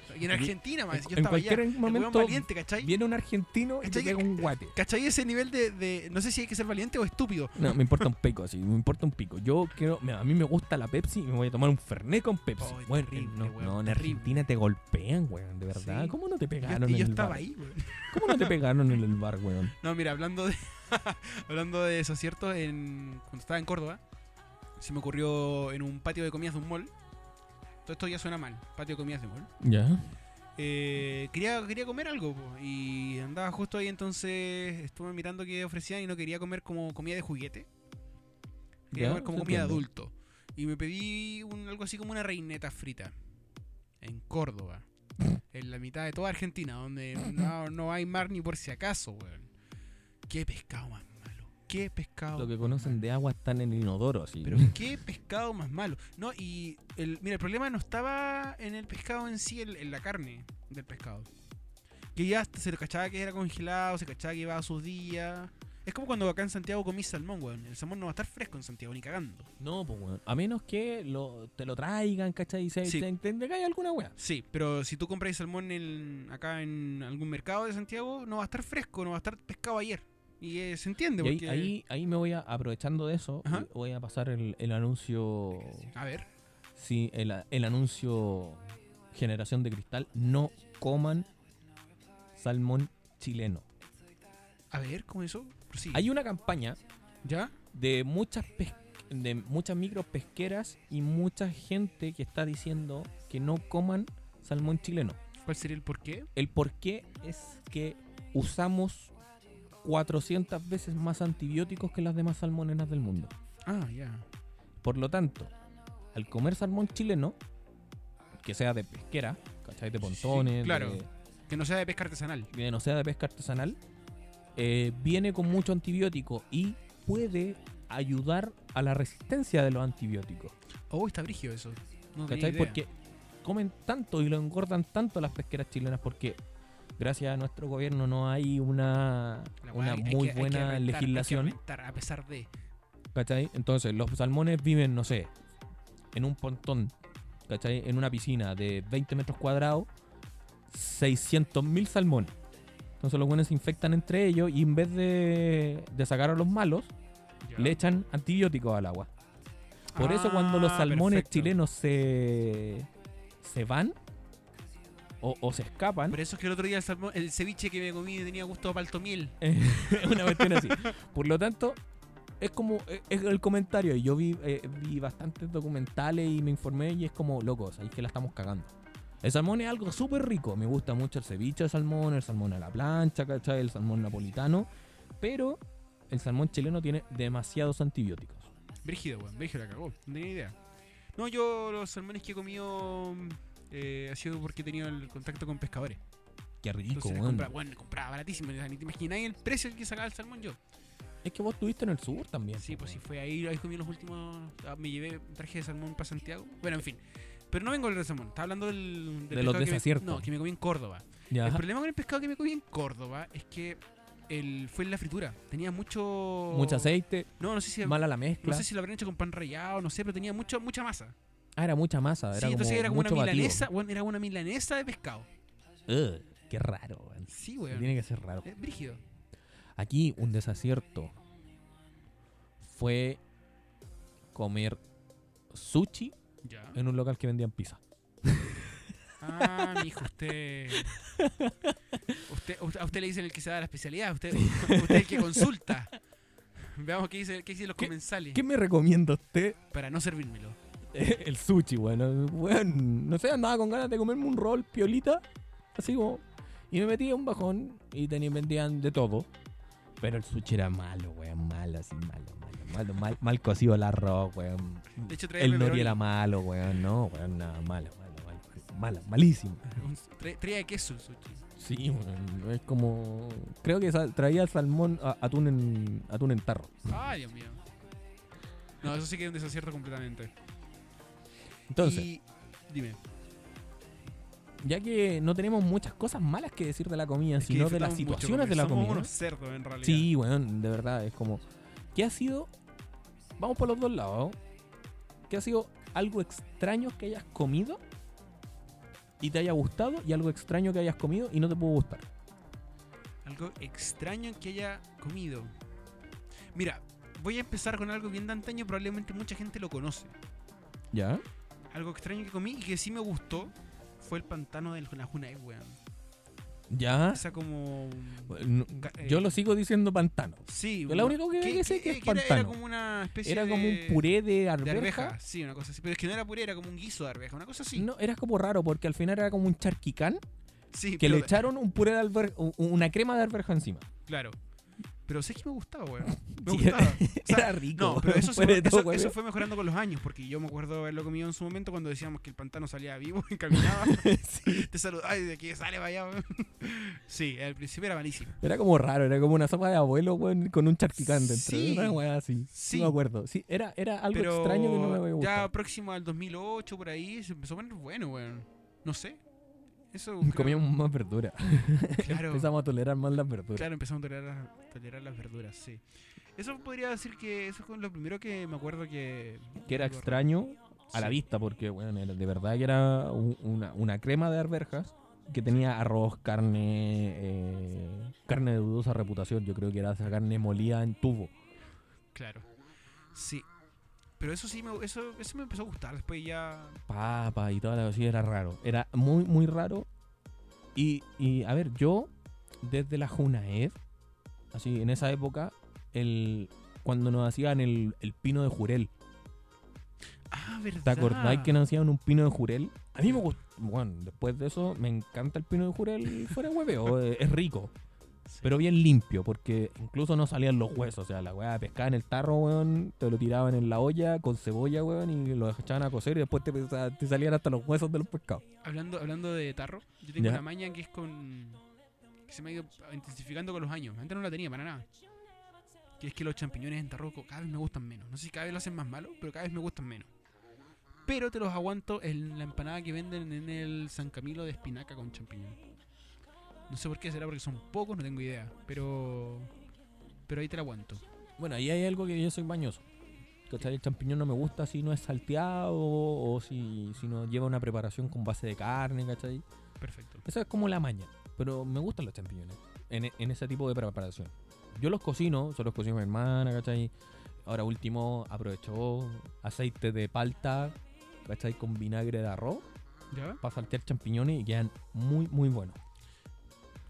Speaker 2: Exacto. Y en Argentina, más. Yo
Speaker 1: en
Speaker 2: estaba allá.
Speaker 1: cualquier
Speaker 2: El weón
Speaker 1: momento
Speaker 2: valiente, ¿cachai?
Speaker 1: viene un argentino y te
Speaker 2: ¿Cachai?
Speaker 1: pega un guate.
Speaker 2: ¿Cachai? Ese nivel de, de- No sé si hay que ser valiente o estúpido.
Speaker 1: No, me importa un pico, así, me importa un pico. Yo quiero, mira, a mí me gusta la Pepsi y me voy a tomar un Fernet con Pepsi.
Speaker 2: Ay,
Speaker 1: Bueno,
Speaker 2: terrible,
Speaker 1: no,
Speaker 2: weón,
Speaker 1: no, en
Speaker 2: terrible.
Speaker 1: Argentina te golpean, weón, de verdad.
Speaker 2: Sí.
Speaker 1: ¿Cómo no
Speaker 2: Y
Speaker 1: te
Speaker 2: yo-
Speaker 1: pegaron
Speaker 2: y yo
Speaker 1: en el
Speaker 2: estaba
Speaker 1: bar?
Speaker 2: ahí, weón.
Speaker 1: ¿Cómo no te pegaron en el bar, weón?
Speaker 2: No, mira, hablando de (laughs) hablando de eso, ¿cierto? En, cuando estaba en Córdoba, se me ocurrió en un patio de comidas de un mall. Todo esto ya suena mal, patio de comidas de mall.
Speaker 1: Ya.
Speaker 2: Eh, quería, quería comer algo po, y andaba justo ahí, entonces estuve mirando qué ofrecían y no quería comer como comida de juguete. Quería
Speaker 1: Ya,
Speaker 2: comer como
Speaker 1: se
Speaker 2: comida de
Speaker 1: entiende.
Speaker 2: adulto. Y me pedí un- algo así como una reineta frita en
Speaker 1: (laughs)
Speaker 2: Córdoba, en la mitad de toda Argentina, donde no, no hay mar ni por si acaso, weón. Qué pescado más malo, qué pescado
Speaker 1: Lo que conocen de agua están en el inodoro, así.
Speaker 2: pero qué pescado más malo. No, y el, mira, el problema no estaba en el pescado en sí, el- en la carne del pescado. Que ya hasta se lo cachaba que era congelado, se cachaba que iba a sus días. Es como cuando acá en Santiago comí salmón, weón. El salmón no va a estar fresco en Santiago, ni cagando.
Speaker 1: No, pues, weón. A menos que lo, te lo traigan, ¿cachai? Y se,
Speaker 2: Sí.
Speaker 1: te entiende que hay alguna weá.
Speaker 2: Sí, pero si tú compras salmón en- acá en algún mercado de Santiago, no va a estar fresco, no va a estar pescado ayer. Y eh, se entiende,
Speaker 1: Y ahí,
Speaker 2: porque...
Speaker 1: ahí, ahí me voy a, aprovechando de eso,
Speaker 2: Ajá.
Speaker 1: voy a pasar el, el anuncio.
Speaker 2: A ver,
Speaker 1: Sí, el, el anuncio Generación de Cristal. No coman salmón chileno.
Speaker 2: a ver, ¿cómo eso? Sí.
Speaker 1: Hay una campaña
Speaker 2: ¿Ya?
Speaker 1: de muchas pes- de muchas micro pesqueras y mucha gente que está diciendo que no coman salmón chileno.
Speaker 2: ¿Cuál sería el porqué?
Speaker 1: El por qué es que usamos 400 veces más antibióticos que las demás salmoneras del mundo.
Speaker 2: Ah, ya.
Speaker 1: Por lo tanto, al comer salmón chileno, que sea de pesquera, ¿cachai? De
Speaker 2: Sí,
Speaker 1: pontones,
Speaker 2: claro.
Speaker 1: de-
Speaker 2: Que no sea de pesca artesanal.
Speaker 1: que no sea de pesca artesanal, eh, viene con mucho antibiótico y puede ayudar a la resistencia de los antibióticos.
Speaker 2: Oh, está brigio eso. No tenía
Speaker 1: ¿Cachai?
Speaker 2: idea.
Speaker 1: Porque comen tanto y lo engordan tanto las pesqueras chilenas porque gracias a nuestro gobierno no hay una,
Speaker 2: La weá,
Speaker 1: una
Speaker 2: hay que-
Speaker 1: muy
Speaker 2: hay que
Speaker 1: buena
Speaker 2: reventar, hay que
Speaker 1: legislación.
Speaker 2: reventar, a pesar de.
Speaker 1: ¿Cachai? Entonces, los salmones viven, no sé, en un pontón, ¿cachai? En una piscina de 20 metros cuadrados, 600.000 salmones. Entonces, los buenos se infectan entre ellos y en vez de, de sacar a los malos, le echan antibióticos al agua. Por eso, cuando los
Speaker 2: Ah,
Speaker 1: salmones
Speaker 2: perfecto.
Speaker 1: chilenos se, se van o, o se escapan, (laughs)
Speaker 2: Por eso es que el otro día el, salmón- el ceviche que me comí tenía gusto a palto miel.
Speaker 1: una cuestión así. Por lo tanto, es como es- es el comentario. y Yo vi, eh, vi bastantes documentales y me informé y es como, loco, ahí que la estamos cagando. El salmón es algo súper rico. Me gusta mucho el ceviche de salmón, el salmón a la plancha, ¿cachai? El salmón napolitano. Pero el salmón chileno tiene demasiados antibióticos.
Speaker 2: Brígido, weón. Brígido la cagó. No tenía idea. No, yo los salmones que he comido eh, ha sido porque he tenido el contacto con pescadores.
Speaker 1: Qué rico,
Speaker 2: Entonces, les
Speaker 1: weón.
Speaker 2: compraba, bueno, compraba baratísimo. o sea, Ni te imagináis el precio que sacaba el salmón yo.
Speaker 1: Es que vos estuviste en el sur también.
Speaker 2: Sí, pues sí,
Speaker 1: weón.
Speaker 2: fue ahí, ahí comí los últimos. ah, Me llevé traje de salmón para Santiago. Bueno, en fin. Pero no vengo a hablar de salmón, estaba hablando del. del
Speaker 1: De los
Speaker 2: pescado que me-
Speaker 1: desaciertos.
Speaker 2: no, que me comí en Córdoba.
Speaker 1: Ya.
Speaker 2: El problema con el pescado que me comí en Córdoba es que el, fue en la fritura. Tenía mucho.
Speaker 1: Mucho aceite,
Speaker 2: No, no sé si.
Speaker 1: mala la mezcla.
Speaker 2: No sé si lo habrán hecho con pan rallado, no sé, pero tenía mucha mucha masa.
Speaker 1: Ah, era mucha masa.
Speaker 2: sí,
Speaker 1: Era
Speaker 2: entonces
Speaker 1: como
Speaker 2: era como una
Speaker 1: mucho batido.
Speaker 2: milanesa, bueno, era una milanesa de pescado.
Speaker 1: Ugh, qué raro, weón.
Speaker 2: Sí, weón.
Speaker 1: Tiene que ser raro.
Speaker 2: Es brígido.
Speaker 1: Aquí un desacierto fue comer sushi
Speaker 2: Ya.
Speaker 1: en un local que vendían pizza.
Speaker 2: Ah, mijo, usted. usted, usted- A usted le dicen el que se da la especialidad, usted, usted el que consulta. Veamos qué, dice, qué dicen los
Speaker 1: ¿Qué-
Speaker 2: comensales
Speaker 1: ¿Qué me recomienda usted?
Speaker 2: para no servírmelo.
Speaker 1: (laughs) El sushi, bueno. Weón, no sé, andaba con ganas de comerme un rol piolita. Así como. Y me metí a un bajón y tenían, vendían de todo. Pero el sushi era malo, weón. Malo, así, malo, malo, malo. Mal, mal cocido el arroz, weón.
Speaker 2: De hecho, trae
Speaker 1: El nori
Speaker 2: pepperoni.
Speaker 1: era malo, weón. No, weón, nada, malo, malo, malo. Malo, malísimo.
Speaker 2: Un- trae- trae de queso el sushi.
Speaker 1: Sí, bueno, es como. Creo que sal- traía salmón, a- atún en, atún en tarro.
Speaker 2: Ay, Dios mío. No, eso sí que es un desacierto completamente.
Speaker 1: Entonces,
Speaker 2: Y- dime,
Speaker 1: ya que no tenemos muchas cosas malas que pues. decir de la comida,
Speaker 2: es que
Speaker 1: sino de
Speaker 2: disfrutamos
Speaker 1: las
Speaker 2: mucho
Speaker 1: situaciones
Speaker 2: comer.
Speaker 1: de la
Speaker 2: Somos
Speaker 1: comida.
Speaker 2: unos cerdos en realidad.
Speaker 1: Sí, bueno, de verdad, es como. ¿Qué ha sido? Vamos por los dos lados. ¿Qué ha sido algo extraño que hayas comido y te haya gustado y algo extraño que hayas comido y no te pudo gustar.
Speaker 2: Algo extraño que haya comido. Mira, voy a empezar con algo bien de antaño, probablemente mucha gente lo conoce.
Speaker 1: ¿Ya?
Speaker 2: Algo extraño que comí y que sí me gustó fue el pantano de la Junay, weón.
Speaker 1: ¿Ya?
Speaker 2: Esa como.
Speaker 1: No,
Speaker 2: Ca- eh,
Speaker 1: Yo lo sigo diciendo pantano.
Speaker 2: Sí,
Speaker 1: Yo lo
Speaker 2: weón.
Speaker 1: único que sé que es
Speaker 2: era- era,
Speaker 1: pantano.
Speaker 2: como una especie
Speaker 1: Era
Speaker 2: de,
Speaker 1: como un puré de
Speaker 2: de
Speaker 1: arveja.
Speaker 2: arveja. Sí, una cosa así. Pero es que no era puré, era como un guiso de arveja, una cosa así.
Speaker 1: No, era como raro porque al final era como un charquicán
Speaker 2: sí,
Speaker 1: que le
Speaker 2: pero-
Speaker 1: echaron un puré de alber- u- una crema de alberja encima.
Speaker 2: Claro. Pero sé que me gustaba,
Speaker 1: (laughs)
Speaker 2: weón. Me
Speaker 1: Sí,
Speaker 2: gustaba. O sea,
Speaker 1: era rico.
Speaker 2: No,
Speaker 1: (laughs)
Speaker 2: pero eso, se-
Speaker 1: fuera de
Speaker 2: eso-
Speaker 1: todo, weón.
Speaker 2: eso fue mejorando con los años, porque yo me acuerdo haberlo comido en su momento cuando decíamos que el pantano salía vivo y
Speaker 1: (laughs)
Speaker 2: caminaba.
Speaker 1: Sí,
Speaker 2: Te saludaba y de aquí sale vaya. weón. (laughs) Sí, al principio era malísimo.
Speaker 1: Era como raro, era como una sopa de abuelo weón, con un charquicán dentro.
Speaker 2: Sí,
Speaker 1: Una weá así.
Speaker 2: sí.
Speaker 1: No me acuerdo. Sí, era, era algo
Speaker 2: pero
Speaker 1: extraño que no me había
Speaker 2: ya
Speaker 1: gustado.
Speaker 2: próximo al 2008, por ahí, se empezó a poner bueno, weón. No sé.
Speaker 1: (laughs)
Speaker 2: Eso. creo-
Speaker 1: Comíamos más verdura.
Speaker 2: claro,
Speaker 1: Empezamos a tolerar más las verduras.
Speaker 2: claro, empezamos a tolerar, tolerar las verduras, sí. Eso podría decir que eso es lo primero que me acuerdo que.
Speaker 1: Que era
Speaker 2: algo raro.
Speaker 1: extraño a la
Speaker 2: Sí.
Speaker 1: vista porque, bueno, era- de verdad que era un- una, una crema de arberjas que tenía arroz, carne, eh, carne de dudosa reputación. Yo creo que era esa carne molida en tubo.
Speaker 2: Claro. Sí. Pero eso sí, me, eso, eso me empezó a gustar. Después ya.
Speaker 1: Papa y toda la cosa era raro. Era muy, muy raro. Y, y, a ver, yo, desde la Junaed, así, en esa época, el, cuando nos hacían el, el pino de jurel,
Speaker 2: Ah, verdad.
Speaker 1: ¿Te acordáis que nos hacían un pino de jurel? A mí me gusta. Bueno, después de eso me encanta el pino de jurel fuera de hueveo. eh, es rico,
Speaker 2: Sí.
Speaker 1: pero bien limpio, porque incluso no salían los huesos. O sea, la weá pescaba en el tarro, weón, te lo tiraban en la olla con cebolla, weón, y lo echaban a cocer y después te, pesa- te salían hasta los huesos de los pescados.
Speaker 2: Hablando, hablando de tarro, yo tengo
Speaker 1: Ya.
Speaker 2: una maña que es con. que se me ha ido intensificando con los años. Antes no la tenía para nada. Que es que los champiñones en tarro co- cada vez me gustan menos. No sé si cada vez lo hacen más malo, pero cada vez me gustan menos. Pero te los aguanto en la empanada que venden en el San Camilo de espinaca con champiñón. No sé por qué será, porque son pocos, no tengo idea. Pero. Pero ahí te la aguanto.
Speaker 1: Bueno, ahí hay algo que yo soy bañoso. ¿Cachai? El champiñón no me gusta si no es salteado o si, si no lleva una preparación con base de carne, ¿cachai?
Speaker 2: Perfecto.
Speaker 1: Esa es como la maña. Pero me gustan los champiñones. En, e- en ese tipo de preparación. Yo los cocino, se los cocino a mi hermana, ¿cachai? Ahora último aprovechó aceite de palta, ¿cachai? Con vinagre de arroz
Speaker 2: ¿Ya?
Speaker 1: para saltear champiñones y quedan muy, muy buenos.
Speaker 2: Ah,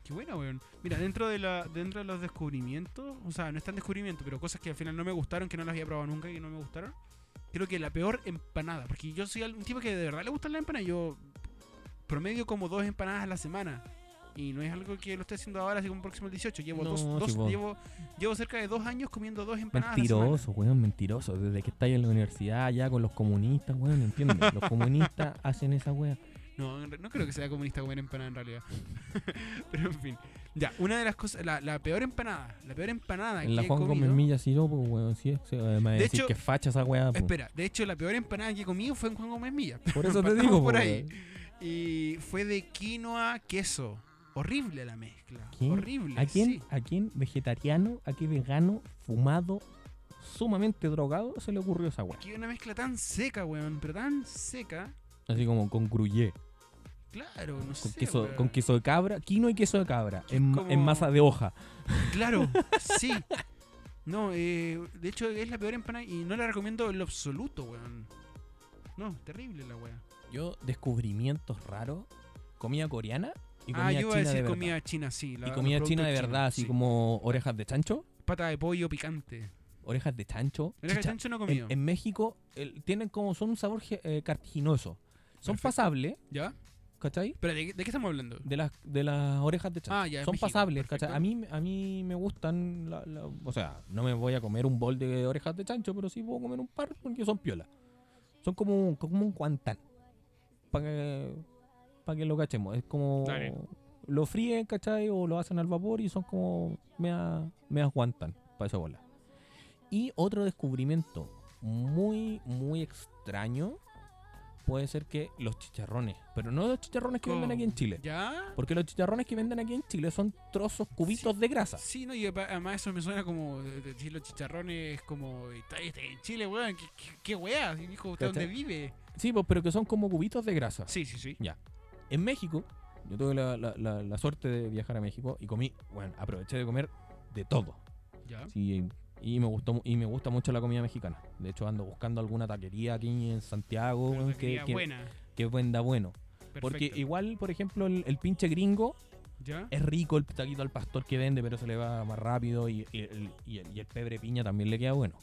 Speaker 2: Qué buena, weón. Mira, dentro de, la, dentro de los descubrimientos, o sea, no es tan descubrimiento, pero cosas que al final no me gustaron, que no las había probado nunca y que no me gustaron. Creo que la peor empanada, porque yo soy al- un tipo que de verdad le gustan las empanadas. Yo promedio como dos empanadas a la semana. Y no es algo que lo esté haciendo ahora, así como próximo el 18. Llevo,
Speaker 1: No,
Speaker 2: dos,
Speaker 1: sí,
Speaker 2: dos-
Speaker 1: vos.
Speaker 2: llevo, llevo cerca de dos años comiendo dos empanadas. a la semana.
Speaker 1: Mentiroso, weón, mentiroso. Desde que estáis en la universidad ya con los comunistas, weón, ¿entiendes? Los comunistas hacen esa weá.
Speaker 2: No, en re- no creo que sea comunista comer empanada en realidad. (laughs) pero en fin. Ya, una de las cosas, la, la peor empanada, la peor empanada
Speaker 1: En la
Speaker 2: que he
Speaker 1: Juan
Speaker 2: comido.
Speaker 1: Gómez Milla siropo, weón, sí, sí, además de
Speaker 2: De
Speaker 1: decir
Speaker 2: hecho-
Speaker 1: que facha esa weá. po.
Speaker 2: Espera, de hecho la peor empanada que he comido fue en Juan Gómez Milla.
Speaker 1: Por (laughs) eso te
Speaker 2: partamos
Speaker 1: digo,
Speaker 2: por
Speaker 1: po,
Speaker 2: ahí.
Speaker 1: weón.
Speaker 2: Y fue de quinoa queso. Horrible la mezcla.
Speaker 1: ¿Qué?
Speaker 2: Horrible.
Speaker 1: ¿A quién,
Speaker 2: sí.
Speaker 1: ¿A quién vegetariano, a qué vegano, fumado, sumamente drogado se le ocurrió esa weá?
Speaker 2: Que una mezcla tan seca, weón. Pero tan seca.
Speaker 1: Así como con gruyé,
Speaker 2: Claro, no
Speaker 1: con,
Speaker 2: sé.
Speaker 1: queso,
Speaker 2: weón.
Speaker 1: con queso de cabra, quino y queso de cabra,
Speaker 2: Que es
Speaker 1: en, ma- en
Speaker 2: como-
Speaker 1: masa de hoja. (laughs)
Speaker 2: Claro, sí. No, eh, de hecho es la peor empanada y no la recomiendo en lo absoluto, weón. No, terrible la weá.
Speaker 1: Yo, descubrimientos raros, comida coreana y comida
Speaker 2: Ah, yo iba
Speaker 1: china
Speaker 2: a
Speaker 1: de
Speaker 2: decir
Speaker 1: verdad.
Speaker 2: comida china, sí. la-
Speaker 1: y
Speaker 2: los
Speaker 1: comida china de
Speaker 2: productos
Speaker 1: verdad,
Speaker 2: chinos,
Speaker 1: así
Speaker 2: sí.
Speaker 1: como orejas de chancho,
Speaker 2: Pata de pollo picante.
Speaker 1: orejas de chancho.
Speaker 2: Oreja de
Speaker 1: chicha.
Speaker 2: chancho no he comido.
Speaker 1: En, en México el- tienen como, son un sabor ge- eh, cartiginoso. Son
Speaker 2: Perfecto.
Speaker 1: pasables,
Speaker 2: ¿Ya?
Speaker 1: ¿cachai?
Speaker 2: Pero ¿de, qué- de qué estamos hablando?
Speaker 1: de las de las orejas de chancho.
Speaker 2: Ah, ya, es
Speaker 1: Son
Speaker 2: México,
Speaker 1: pasables,
Speaker 2: perfecto.
Speaker 1: ¿cachai? A mí, a mí me gustan, la- la- o sea, no me voy a comer un bol de orejas de chancho, pero sí puedo comer un par porque son piola. Son como, un- como un guantán. Para que, pa' que lo cachemos. Es como...
Speaker 2: Dale.
Speaker 1: Lo fríen, ¿cachai? O lo hacen al vapor y son como... Me, me aguantan para esa bola. Y otro descubrimiento muy, muy extraño puede ser que los chicharrones. Pero no los chicharrones que venden aquí en Chile.
Speaker 2: ¿Ya?
Speaker 1: Porque los chicharrones que venden aquí en Chile son trozos, cubitos de grasa.
Speaker 2: Sí, no, y apa- además eso me suena como eh, decir los chicharrones como eh, "Está- está en Chile, weón, qué, qué, qué weá, hijo, ¿usted dónde
Speaker 1: ¿Cachai?
Speaker 2: vive?
Speaker 1: Sí, pues, pero que son como cubitos de grasa.
Speaker 2: Sí, sí, sí.
Speaker 1: En México, yo tuve la, la- la- la suerte de viajar a México y comí, bueno, aproveché de comer de todo.
Speaker 3: ¿Ya?
Speaker 1: Sí, y me gustó mu- y me gusta mucho la comida mexicana. De hecho, ando buscando alguna taquería aquí en Santiago
Speaker 2: Pero
Speaker 1: weón,
Speaker 2: te
Speaker 1: que,
Speaker 2: quería
Speaker 1: que-
Speaker 2: buena.
Speaker 1: que venda bueno. Porque
Speaker 2: Perfecto.
Speaker 1: igual, por ejemplo, el, el pinche gringo
Speaker 2: ¿Ya?
Speaker 1: es rico el taquito al pastor que vende, pero se le va más rápido y, y el, y el- y el pebre piña también le queda bueno.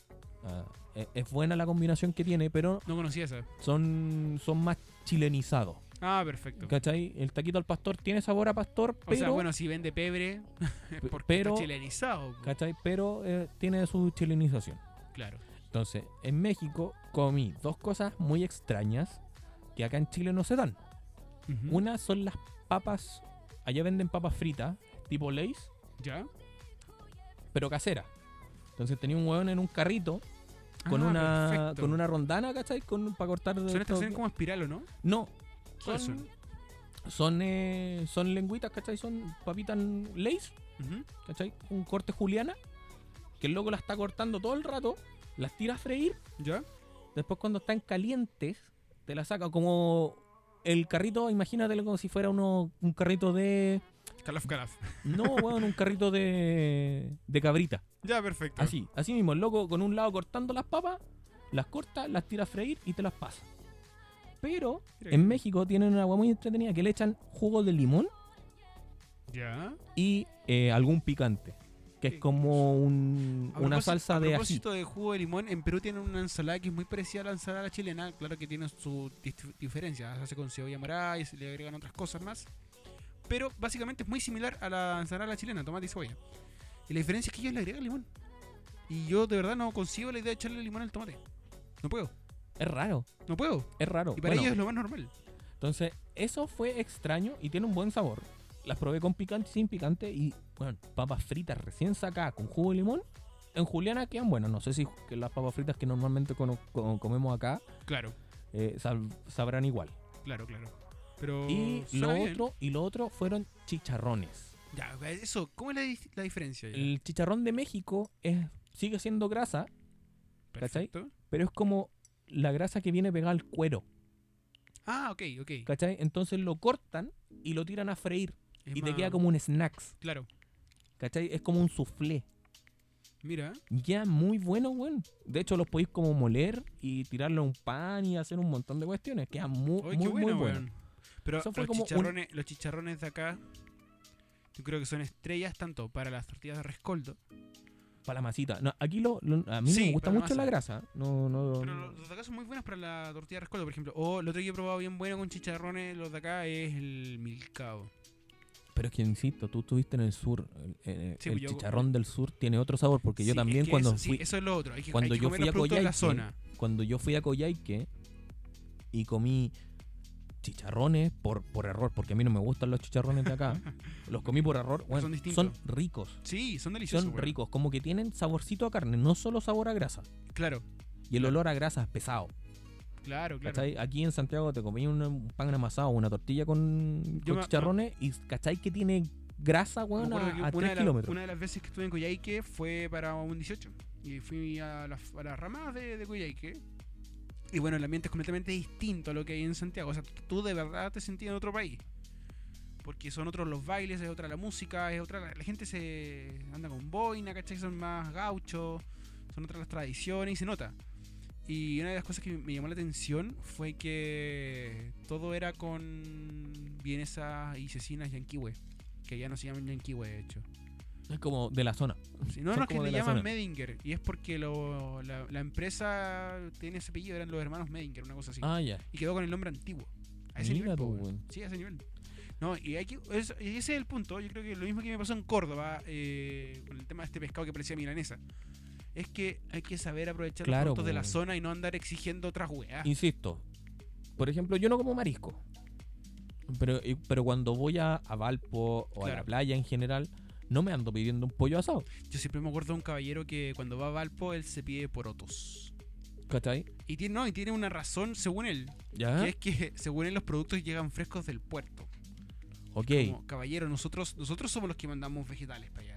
Speaker 1: Ah, es, es buena la combinación que tiene, pero
Speaker 2: No conocía esa.
Speaker 1: son, son más chilenizados.
Speaker 2: Ah, perfecto.
Speaker 1: ¿Cachai? El taquito al pastor tiene sabor a pastor,
Speaker 2: O
Speaker 1: pero,
Speaker 2: sea, bueno, si vende pebre, (laughs) es
Speaker 1: pe-
Speaker 2: porque
Speaker 1: pero-
Speaker 2: está chilenizado. po.
Speaker 1: ¿cachai? pero eh, tiene su chilenización.
Speaker 2: Claro.
Speaker 1: Entonces, en México comí dos cosas muy extrañas que acá en Chile no se dan.
Speaker 2: Ujú.
Speaker 1: Una son las papas, allá venden papas fritas, tipo Lay's,
Speaker 2: ¿Ya?
Speaker 1: pero caseras. Entonces tenía un hueón en un carrito con,
Speaker 2: Ah,
Speaker 1: una,
Speaker 2: perfecto.
Speaker 1: con una rondana, ¿cachai? Con, para cortar... de
Speaker 2: Son
Speaker 1: estos-
Speaker 2: estaciones como espiral, ¿o no?
Speaker 1: No,
Speaker 2: ¿Cuáles
Speaker 1: son... Son, eh, son lengüitas, ¿cachai? Son papitas Lay's,
Speaker 2: Ujú.
Speaker 1: ¿cachai? Un corte juliana, que el loco la está cortando todo el rato, las tira a freír
Speaker 2: ¿Ya?
Speaker 1: Después cuando están calientes, te la saca como el carrito, imagínatelo como si fuera uno, un carrito de...
Speaker 2: Calaf, calaf.
Speaker 1: (laughs) No, weón, un carrito de, de cabrita.
Speaker 2: Ya, perfecto.
Speaker 1: Así, así mismo, el loco con un lado cortando las papas, las corta, las tira a freír y te las pasa. Pero
Speaker 2: Mira que-
Speaker 1: en México tienen una agua muy entretenida que le echan jugo de limón
Speaker 2: ¿Ya?
Speaker 1: y eh, algún picante, que es como un-
Speaker 2: A
Speaker 1: una
Speaker 2: propósito-
Speaker 1: salsa
Speaker 2: a
Speaker 1: de ají.
Speaker 2: propósito de jugo de limón, en Perú tienen una ensalada que es muy parecida a la ensalada chilena. Claro que tiene sus dif- diferencias. Se hace con cebolla morada y se le agregan otras cosas más. Pero básicamente es muy similar a la ensalada chilena, tomate y cebolla. Y la diferencia es que ellos le agregan limón. Y yo de verdad no consigo la idea de echarle limón al tomate. No puedo,
Speaker 1: Es raro,
Speaker 2: no puedo.
Speaker 1: es raro.
Speaker 2: Y para
Speaker 1: Bueno,
Speaker 2: ellos es lo más normal.
Speaker 1: Entonces, eso fue extraño y tiene un buen sabor. Las probé con picante y sin picante y, bueno, papas fritas recién sacadas con jugo de limón. En Juliana quedan buenas. No sé si que las papas fritas que normalmente cono- co- comemos acá
Speaker 2: Claro,
Speaker 1: eh, sab- sabrán igual.
Speaker 2: claro, claro. Pero.
Speaker 1: Y
Speaker 2: Oh, suena
Speaker 1: lo,
Speaker 2: bien.
Speaker 1: otro, y lo otro fueron chicharrones.
Speaker 2: Ya, eso, ¿cómo es la, di- la diferencia? Ya,
Speaker 1: El chicharrón de México es, sigue siendo grasa, ¿cachai?
Speaker 2: perfecto.
Speaker 1: pero es como la grasa que viene pegada al cuero,
Speaker 2: Ah, ok, ok.
Speaker 1: ¿cachai? Entonces lo cortan y lo tiran a freír
Speaker 2: Es
Speaker 1: y te
Speaker 2: más-
Speaker 1: queda como un snacks,
Speaker 2: Claro,
Speaker 1: ¿cachai? Es como un soufflé.
Speaker 2: mira.
Speaker 1: Ya, muy bueno, weón. De hecho, los podéis como moler y tirarlo a un pan y hacer un montón de cuestiones. Queda muy,
Speaker 2: Ay,
Speaker 1: muy,
Speaker 2: qué
Speaker 1: muy
Speaker 2: bueno,
Speaker 1: bueno.
Speaker 2: weón. Pero
Speaker 1: Eso fue
Speaker 2: los
Speaker 1: como un-
Speaker 2: chicharrones, los chicharrones de acá, yo creo que son estrellas tanto para las tortillas de rescoldo.
Speaker 1: Para la masita. No, aquí lo, lo- a mí
Speaker 2: Sí,
Speaker 1: no me gusta
Speaker 2: para la
Speaker 1: mucho la
Speaker 2: masa.
Speaker 1: grasa. No, no,
Speaker 2: Pero
Speaker 1: no.
Speaker 2: los, los de acá son muy buenos para la tortilla de rescoldo, por ejemplo. O el otro que he probado bien bueno con chicharrones, los de acá, es el milcao.
Speaker 1: Pero es que, insisto, tú estuviste en el sur. El, el-
Speaker 2: Sí,
Speaker 1: el
Speaker 2: pues yo-
Speaker 1: chicharrón del sur tiene otro sabor. Porque yo
Speaker 2: Sí,
Speaker 1: también
Speaker 2: es que
Speaker 1: cuando
Speaker 2: eso, sí,
Speaker 1: fui...
Speaker 2: eso es lo otro. Hay que,
Speaker 1: cuando
Speaker 2: hay que
Speaker 1: yo
Speaker 2: comer
Speaker 1: fui
Speaker 2: los
Speaker 1: a
Speaker 2: productos de la
Speaker 1: Coyhaique,
Speaker 2: zona.
Speaker 1: cuando yo fui a Coyhaique y comí chicharrones por, por error, porque a mí no me gustan los chicharrones de
Speaker 2: (laughs)
Speaker 1: acá, los comí por error,
Speaker 2: son
Speaker 1: bueno, son
Speaker 2: distintos.
Speaker 1: ricos.
Speaker 2: Sí, son deliciosos.
Speaker 1: Son
Speaker 2: weón.
Speaker 1: ricos, como que tienen saborcito a carne, no solo sabor a grasa.
Speaker 2: Claro,
Speaker 1: Y el olor a grasa es pesado.
Speaker 2: claro, claro.
Speaker 1: ¿cachai? Aquí en Santiago te comí un, un pan amasado, una tortilla con,
Speaker 2: Yo
Speaker 1: con
Speaker 2: me-
Speaker 1: chicharrones y ¿cachai que tiene grasa,
Speaker 2: Me
Speaker 1: weón,
Speaker 2: acuerdo que
Speaker 1: a, a
Speaker 2: una,
Speaker 1: 3
Speaker 2: de la-
Speaker 1: kilómetros?
Speaker 2: una de las veces que estuve en Coyhaique fue para un 18. Y fui a las, a las ramas de, de Coyhaique. Y bueno, el ambiente es completamente distinto a lo que hay en Santiago. O sea, tú- tú de verdad te sentías en otro país. Porque son otros los bailes, es otra la música, es otra. La, la gente se anda con boina, ¿cachai? Son más gauchos, son otras las tradiciones y se nota. Y una de las cosas que me llamó la atención fue que todo era con vienesas y cecinas yanquiwe. Que ya no se llaman yanquiwe, de hecho.
Speaker 1: Es como de la zona.
Speaker 2: Sí, no,
Speaker 1: Son
Speaker 2: no, es que
Speaker 1: como
Speaker 2: le
Speaker 1: de la
Speaker 2: llaman
Speaker 1: zona.
Speaker 2: Medinger. Y es porque lo- la, la empresa tiene ese apellido, eran los hermanos Medinger, una cosa así.
Speaker 1: Ah, ya.
Speaker 2: Y quedó con el nombre antiguo. A ese
Speaker 1: Mira
Speaker 2: nivel.
Speaker 1: tú,
Speaker 2: po, weón.
Speaker 1: weón.
Speaker 2: Sí, a ese nivel. No, y hay que- es- y ese es el punto. Yo creo que lo mismo que me pasó en Córdoba, eh, con el tema de este pescado que parecía milanesa. Es que hay que saber aprovechar
Speaker 1: Claro,
Speaker 2: los productos de la
Speaker 1: po.
Speaker 2: zona y no andar exigiendo otras weas.
Speaker 1: insisto, por ejemplo, yo no como marisco. Pero, y- pero cuando voy a, a Valpo o a
Speaker 2: Claro.
Speaker 1: la playa en general, no me ando pidiendo un pollo asado.
Speaker 2: Yo siempre me acuerdo de un caballero que cuando va a Valpo, él se pide porotos.
Speaker 1: ¿Cachai?
Speaker 2: Y tiene, no, y tiene una razón, según él,
Speaker 1: ¿Ya?
Speaker 2: que es que, según él, los productos llegan frescos del puerto.
Speaker 1: Ok.
Speaker 2: Como, caballero, nosotros, nosotros somos los que mandamos vegetales para allá.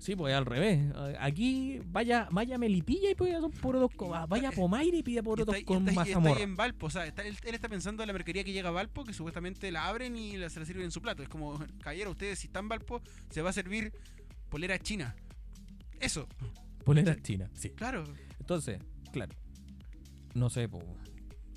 Speaker 1: Sí, pues al revés. A- Aquí vaya, vaya a Melipilla y pida un porotos con. ah, Vaya a Pomaire y pida
Speaker 2: Y
Speaker 1: porotos
Speaker 2: está- y
Speaker 1: con
Speaker 2: está- y está ahí
Speaker 1: mazamorra.
Speaker 2: en Valpo, o sea, está- él, él está pensando en la mercadería que llega a Valpo, que supuestamente la abren y la, se la sirven en su plato. Es como, caballero, ustedes si están en Valpo, se va a servir polera china. Eso,
Speaker 1: Poleras chinas, sí.
Speaker 2: claro.
Speaker 1: Entonces, claro. No sé, po,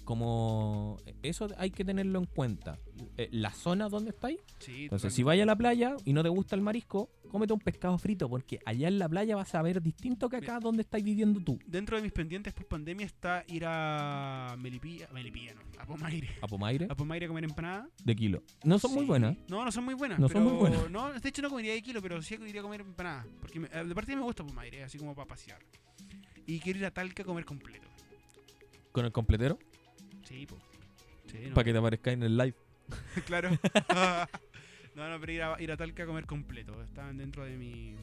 Speaker 1: como. Eso hay que tenerlo en cuenta. Eh, La zona donde estáis.
Speaker 2: Sí,
Speaker 1: Entonces,
Speaker 2: totalmente.
Speaker 1: si vaya a la playa y no te gusta el marisco, cómete un pescado frito, porque allá en la playa vas a ver distinto que acá donde estás viviendo tú.
Speaker 2: Dentro de mis pendientes post pandemia está ir a Melipilla, Melipilla no, a Pomaire.
Speaker 1: A Pomaire,
Speaker 2: A Pomaire a comer empanada.
Speaker 1: de kilo. No son muy
Speaker 2: Sí.
Speaker 1: buenas.
Speaker 2: No, no son muy buenas.
Speaker 1: No
Speaker 2: pero,
Speaker 1: son muy buenas.
Speaker 2: No, de hecho no comería de kilo, pero sí que iría a comer empanadas. Porque me- eh, de partida me gusta Pomaire, así como para pasear. Y quiero ir a Talca a comer completo.
Speaker 1: Con el completero,
Speaker 2: Sí, po. Sí, no.
Speaker 1: para que te aparezca en el live.
Speaker 2: (laughs) Claro. no, no, pero ir a, ir a Talca a comer completo. Estaban dentro de mi.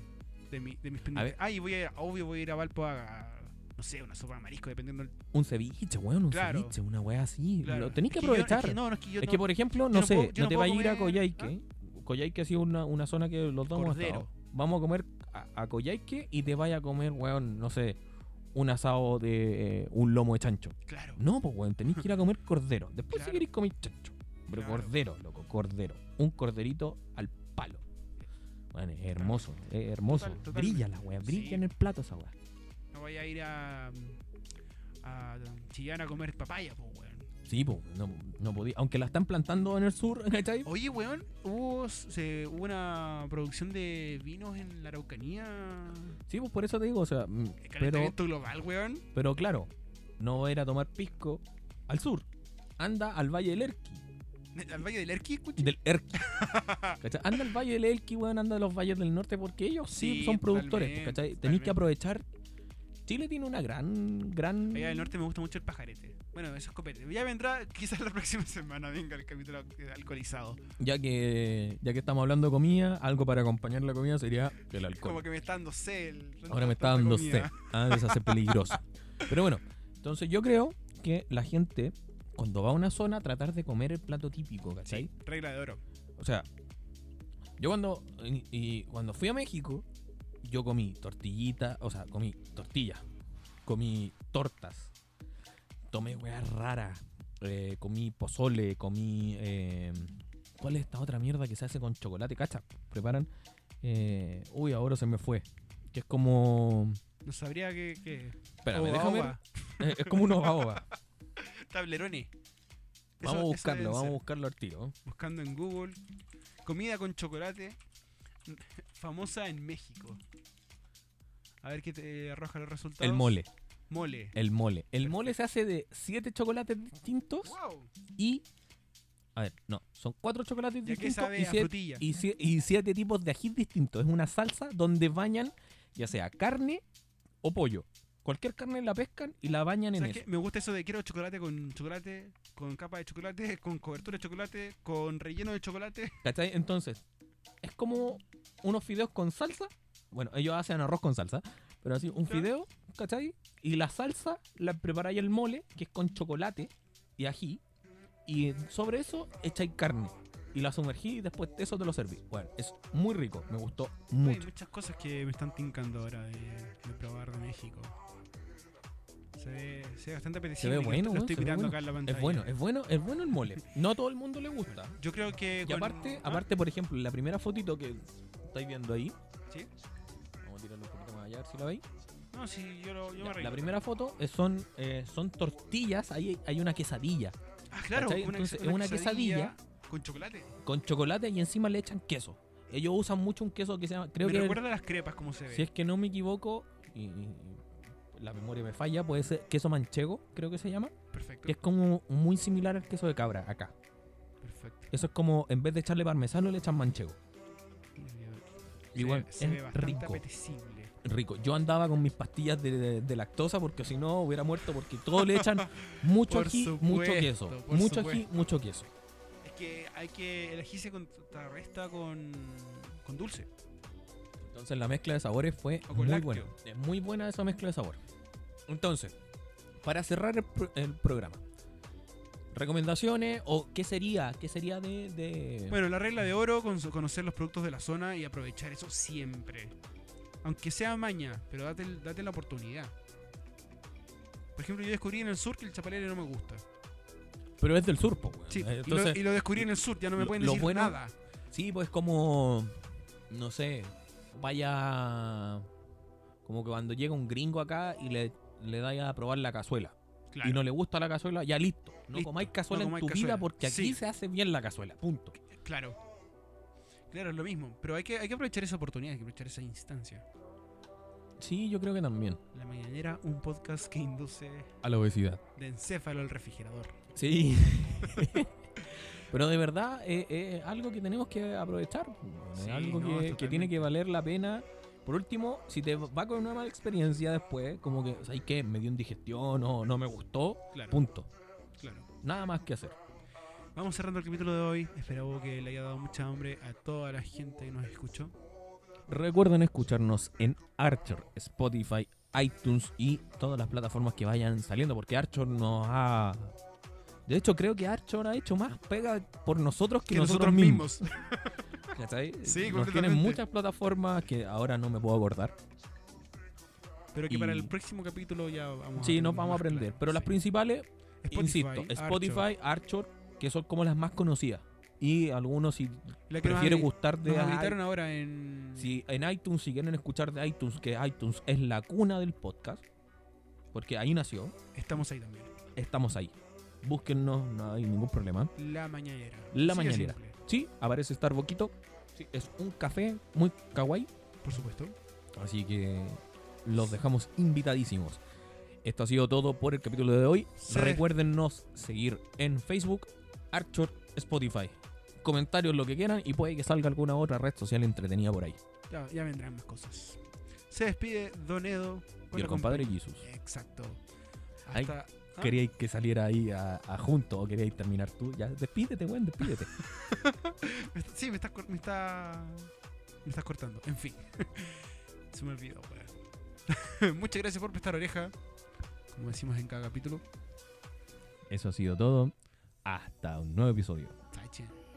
Speaker 2: de, mi, de mis pendientes.
Speaker 1: ver.
Speaker 2: Ah, y voy a ir, obvio, voy a ir a Valpo a. a, no sé, una sopa de marisco, dependiendo del.
Speaker 1: Un ceviche, weón, un
Speaker 2: Claro.
Speaker 1: ceviche, una weá así.
Speaker 2: claro.
Speaker 1: Lo tenéis que
Speaker 2: Es yo- es
Speaker 1: aprovechar. es que,
Speaker 2: no, no, es que yo no-
Speaker 1: por ejemplo,
Speaker 2: yo
Speaker 1: no
Speaker 2: no
Speaker 1: sé,
Speaker 2: puedo-
Speaker 1: no,
Speaker 2: yo no
Speaker 1: te
Speaker 2: puedo
Speaker 1: vayas a ir a
Speaker 2: comer- ¿ah?
Speaker 1: Coyhaique. Coyhaique ha sido una, una zona que los dos hemos
Speaker 2: Cordero.
Speaker 1: estado. Vamos a comer a, a Coyhaique y te vayas a comer, weón, no sé, un asado de eh, un lomo de chancho.
Speaker 2: Claro.
Speaker 1: No, pues weón, tenéis que ir a comer cordero. Después
Speaker 2: Claro.
Speaker 1: si queréis comer chancho. Pero
Speaker 2: Claro.
Speaker 1: cordero, loco, cordero. Un corderito al palo. Bueno, es hermoso, es hermoso.
Speaker 2: Total- totalmente.
Speaker 1: brilla la weá, brilla
Speaker 2: Sí.
Speaker 1: en el plato esa weá.
Speaker 2: No voy a ir a. a Chillán a comer papaya, po, weón.
Speaker 1: Sí, pues, no, no podía. Aunque la están plantando en el sur, (laughs) ¿cachai?
Speaker 2: Oye, weón, hubo, se- hubo una producción de vinos en la Araucanía.
Speaker 1: Sí, pues por eso te digo, o sea, mm,
Speaker 2: El
Speaker 1: pero,
Speaker 2: calentamiento global, weón. (laughs)
Speaker 1: pero claro, no va a ir a tomar pisco al sur. Anda al Valle del Erqui.
Speaker 2: Al Valle del Erqui, escucha.
Speaker 1: Del Erqui. (laughs) ¿Cachai? Anda al Valle del Erqui, weón, anda a los valles del norte, porque ellos sí,
Speaker 2: Sí,
Speaker 1: son productores,
Speaker 2: totalmente,
Speaker 1: ¿cachai? Tenéis
Speaker 2: totalmente.
Speaker 1: que aprovechar. Chile tiene una gran, gran.
Speaker 2: Allá del norte me gusta mucho el pajarete. Bueno, eso es copete. Ya vendrá, quizás la (laughs) próxima semana venga el capítulo al- alcoholizado.
Speaker 1: Ya que, ya que estamos hablando de comida, algo para acompañar la comida sería el alcohol.
Speaker 2: Como que me está dando cel.
Speaker 1: Ahora me está dando sed.
Speaker 2: C.
Speaker 1: Ah, es hacer peligroso. Pero bueno, entonces yo creo que la gente, cuando va a una zona, tratar de comer el plato típico, ¿cachai?
Speaker 2: Sí, regla de oro.
Speaker 1: O sea, yo cuando, y, y cuando fui a México, yo comí tortillita, o sea, comí tortilla, comí tortas, tomé weas raras, eh, comí pozole, comí... eh, ¿Cuál es esta otra mierda que se hace con chocolate? Cacha, preparan. eh, uy, ahora se me fue. Que es como...
Speaker 2: No sabría que. que...
Speaker 1: Espérame,
Speaker 2: Oba,
Speaker 1: déjame
Speaker 2: oba.
Speaker 1: ver. Eh, Es como un
Speaker 2: (laughs)
Speaker 1: oba oba.
Speaker 2: Tablerones. Eso-
Speaker 1: Vamos a
Speaker 2: eso
Speaker 1: buscarlo,
Speaker 2: deben
Speaker 1: vamos a
Speaker 2: ser.
Speaker 1: buscarlo al tiro.
Speaker 2: Buscando en Google. Comida con chocolate. Famosa en México. A ver qué te arroja los resultados.
Speaker 1: El mole,
Speaker 2: Mole.
Speaker 1: el mole. El mole se hace de siete chocolates distintos
Speaker 2: ¡Wow!
Speaker 1: y. A ver, no, son cuatro chocolates
Speaker 2: Ya que
Speaker 1: distintos
Speaker 2: sabe
Speaker 1: y,
Speaker 2: a
Speaker 1: siete,
Speaker 2: frutilla.
Speaker 1: y sie- y siete tipos de ají distintos. Es una salsa donde bañan ya sea carne o pollo. Cualquier carne la pescan y la bañan en
Speaker 2: ¿Sabes
Speaker 1: eso.
Speaker 2: qué? Me gusta eso de quiero chocolate con chocolate, con capa de chocolate, con cobertura de chocolate, con relleno de chocolate.
Speaker 1: ¿Cachai? Entonces, es como unos fideos con salsa. Bueno, ellos hacen arroz con salsa, pero así, un
Speaker 2: Ya.
Speaker 1: fideo, ¿cachai? Y la salsa la preparáis el mole, que es con chocolate y ají. Y sobre eso echáis carne. Y la sumergí y después de eso te lo serví. Bueno, es muy rico, me gustó
Speaker 2: Hay
Speaker 1: mucho.
Speaker 2: muchas cosas que me están tincando ahora de, de probar de México. Se ve, se ve bastante apetecible.
Speaker 1: ve
Speaker 2: y lo-
Speaker 1: bueno,
Speaker 2: lo,
Speaker 1: weón,
Speaker 2: estoy
Speaker 1: se ve
Speaker 2: mirando
Speaker 1: bueno.
Speaker 2: acá en la pantalla.
Speaker 1: Es bueno, es bueno, es bueno el mole. No a todo el mundo le gusta.
Speaker 2: Yo creo que.
Speaker 1: Y
Speaker 2: con-
Speaker 1: aparte,
Speaker 2: ¿Ah?
Speaker 1: aparte, por ejemplo, la primera fotito que estáis viendo ahí,
Speaker 2: ¿Sí?
Speaker 1: vamos a tirarlo un poquito más allá a ver si la veis.
Speaker 2: No, sí, yo, lo, yo
Speaker 1: Ya,
Speaker 2: me reí.
Speaker 1: la primera foto es- son, eh, son tortillas, ahí hay, hay una quesadilla
Speaker 2: Ah, claro,
Speaker 1: ¿cachai?
Speaker 2: una,
Speaker 1: Entonces,
Speaker 2: una
Speaker 1: una quesadilla
Speaker 2: Con chocolate.
Speaker 1: con chocolate y encima le echan queso. Ellos usan mucho un queso que se llama, creo
Speaker 2: me
Speaker 1: que
Speaker 2: recuerda a las crepas como se ve.
Speaker 1: si es que no me equivoco y, y- y la memoria me falla, puede ser queso manchego, creo que se llama,
Speaker 2: Perfecto.
Speaker 1: que es como muy similar al queso de cabra acá.
Speaker 2: Perfecto.
Speaker 1: Eso es como en vez de echarle parmesano le echan manchego.
Speaker 2: Se
Speaker 1: Igual,
Speaker 2: ve- se
Speaker 1: es
Speaker 2: ve bastante
Speaker 1: rico.
Speaker 2: apetecible.
Speaker 1: Rico. Yo andaba con mis pastillas de, de- de lactosa porque si no hubiera muerto porque todo le
Speaker 2: (laughs)
Speaker 1: echan mucho
Speaker 2: Por
Speaker 1: ají, mucho
Speaker 2: supuesto,
Speaker 1: queso,
Speaker 2: por
Speaker 1: mucho ají,
Speaker 2: supuesto.
Speaker 1: mucho queso.
Speaker 2: Es que hay que. El ají se contrarresta con. con dulce.
Speaker 1: Entonces la mezcla de sabores fue
Speaker 2: O con
Speaker 1: muy
Speaker 2: lácteo.
Speaker 1: buena. Es muy buena esa mezcla de sabores. Entonces, para cerrar el, pro- el programa, recomendaciones o qué sería, qué sería de, de-
Speaker 2: Pues, Bueno, la regla de oro, con- conocer los productos de la zona y aprovechar eso siempre. Aunque sea maña, pero date, el- date la oportunidad. Por ejemplo, yo descubrí en el sur que el chapalere no me gusta.
Speaker 1: Pero es del sur, po, weón.
Speaker 2: Sí, y lo-
Speaker 1: Entonces,
Speaker 2: y, lo, descubrí en el sur, ya no me
Speaker 1: lo-
Speaker 2: pueden
Speaker 1: lo
Speaker 2: decir
Speaker 1: bueno-
Speaker 2: nada.
Speaker 1: sí, pues como. No sé. Vaya. Como que cuando llega un gringo acá y le, le dais a probar la cazuela.
Speaker 2: Claro.
Speaker 1: Y no le gusta la cazuela, ya listo. No
Speaker 2: Listo,
Speaker 1: comáis cazuela
Speaker 2: no
Speaker 1: en
Speaker 2: comáis
Speaker 1: tu vida
Speaker 2: cazuela.
Speaker 1: porque aquí
Speaker 2: Sí.
Speaker 1: se hace bien la cazuela. Punto.
Speaker 2: Claro. Claro, es lo mismo. Pero hay que, hay que aprovechar esa oportunidad, hay que aprovechar esa instancia.
Speaker 1: Sí, yo creo que también.
Speaker 2: La mañanera, un podcast que induce
Speaker 1: A la obesidad.
Speaker 2: de encéfalo al refrigerador.
Speaker 1: Sí. Pero de verdad eh, eh, es algo que tenemos que aprovechar. Es
Speaker 2: Sí,
Speaker 1: algo
Speaker 2: no,
Speaker 1: que, que tiene
Speaker 2: totalmente.
Speaker 1: que valer la pena. Por último, si te va con una mala experiencia después, como que, ¿sabes qué? Me dio indigestión o no me gustó,
Speaker 2: Claro,
Speaker 1: punto.
Speaker 2: claro.
Speaker 1: Nada más que hacer.
Speaker 2: Vamos cerrando el capítulo de hoy. Espero que le haya dado mucha hambre a toda la gente que nos escuchó.
Speaker 1: Recuerden escucharnos en Archer, Spotify, iTunes y todas las plataformas que vayan saliendo, porque Archer nos ha. De hecho, creo que Archer ha hecho más pega por nosotros que, nosotros, mismos. ¿cachai?
Speaker 2: Sí,
Speaker 1: Nos
Speaker 2: completamente.
Speaker 1: tienen muchas plataformas que ahora no me puedo acordar.
Speaker 2: Pero que
Speaker 1: Y-
Speaker 2: para el próximo capítulo ya vamos
Speaker 1: Sí,
Speaker 2: tener
Speaker 1: nos vamos a
Speaker 2: más
Speaker 1: aprender.
Speaker 2: claro,
Speaker 1: Pero las
Speaker 2: sí.
Speaker 1: principales,
Speaker 2: Spotify,
Speaker 1: insisto,
Speaker 2: Archer,
Speaker 1: Spotify, Archer, que son como las más conocidas. Y algunos si
Speaker 2: la que nos
Speaker 1: prefieren
Speaker 2: habli-
Speaker 1: gustar de
Speaker 2: nos
Speaker 1: i-
Speaker 2: habilitaron ahora en.
Speaker 1: si en iTunes, si quieren escuchar de iTunes, que iTunes es la cuna del podcast, porque ahí nació,
Speaker 2: Estamos ahí también.
Speaker 1: estamos ahí. Búsquennos, no hay ningún problema.
Speaker 2: La mañanera.
Speaker 1: La
Speaker 2: Así de
Speaker 1: mañanera.
Speaker 2: simple,
Speaker 1: Sí, aparece Star Boquito. Sí, es un café muy kawaii.
Speaker 2: Por supuesto.
Speaker 1: Así que los dejamos invitadísimos. Esto ha sido todo por el capítulo de hoy.
Speaker 2: Sí.
Speaker 1: Recuérdennos seguir en Facebook, Archor, Spotify. Comentarios lo que quieran y puede que salga alguna otra red social entretenida por ahí.
Speaker 2: Ya, ya vendrán más cosas. Se despide Donedo.
Speaker 1: Y el compadre Jesus.
Speaker 2: Exacto.
Speaker 1: Ay,
Speaker 2: Hasta. ¿Ah?
Speaker 1: Queríais que saliera ahí a, a junto o queríais terminar tú. Ya, despídete, weón,
Speaker 2: (laughs)
Speaker 1: despídete.
Speaker 2: Me está- sí, me estás me está, me estás cortando. En fin. (laughs) Se me olvidó, weón. (laughs) Muchas gracias por prestar oreja. Como decimos en cada capítulo.
Speaker 1: Eso ha sido todo. Hasta un nuevo episodio.
Speaker 2: Tachen.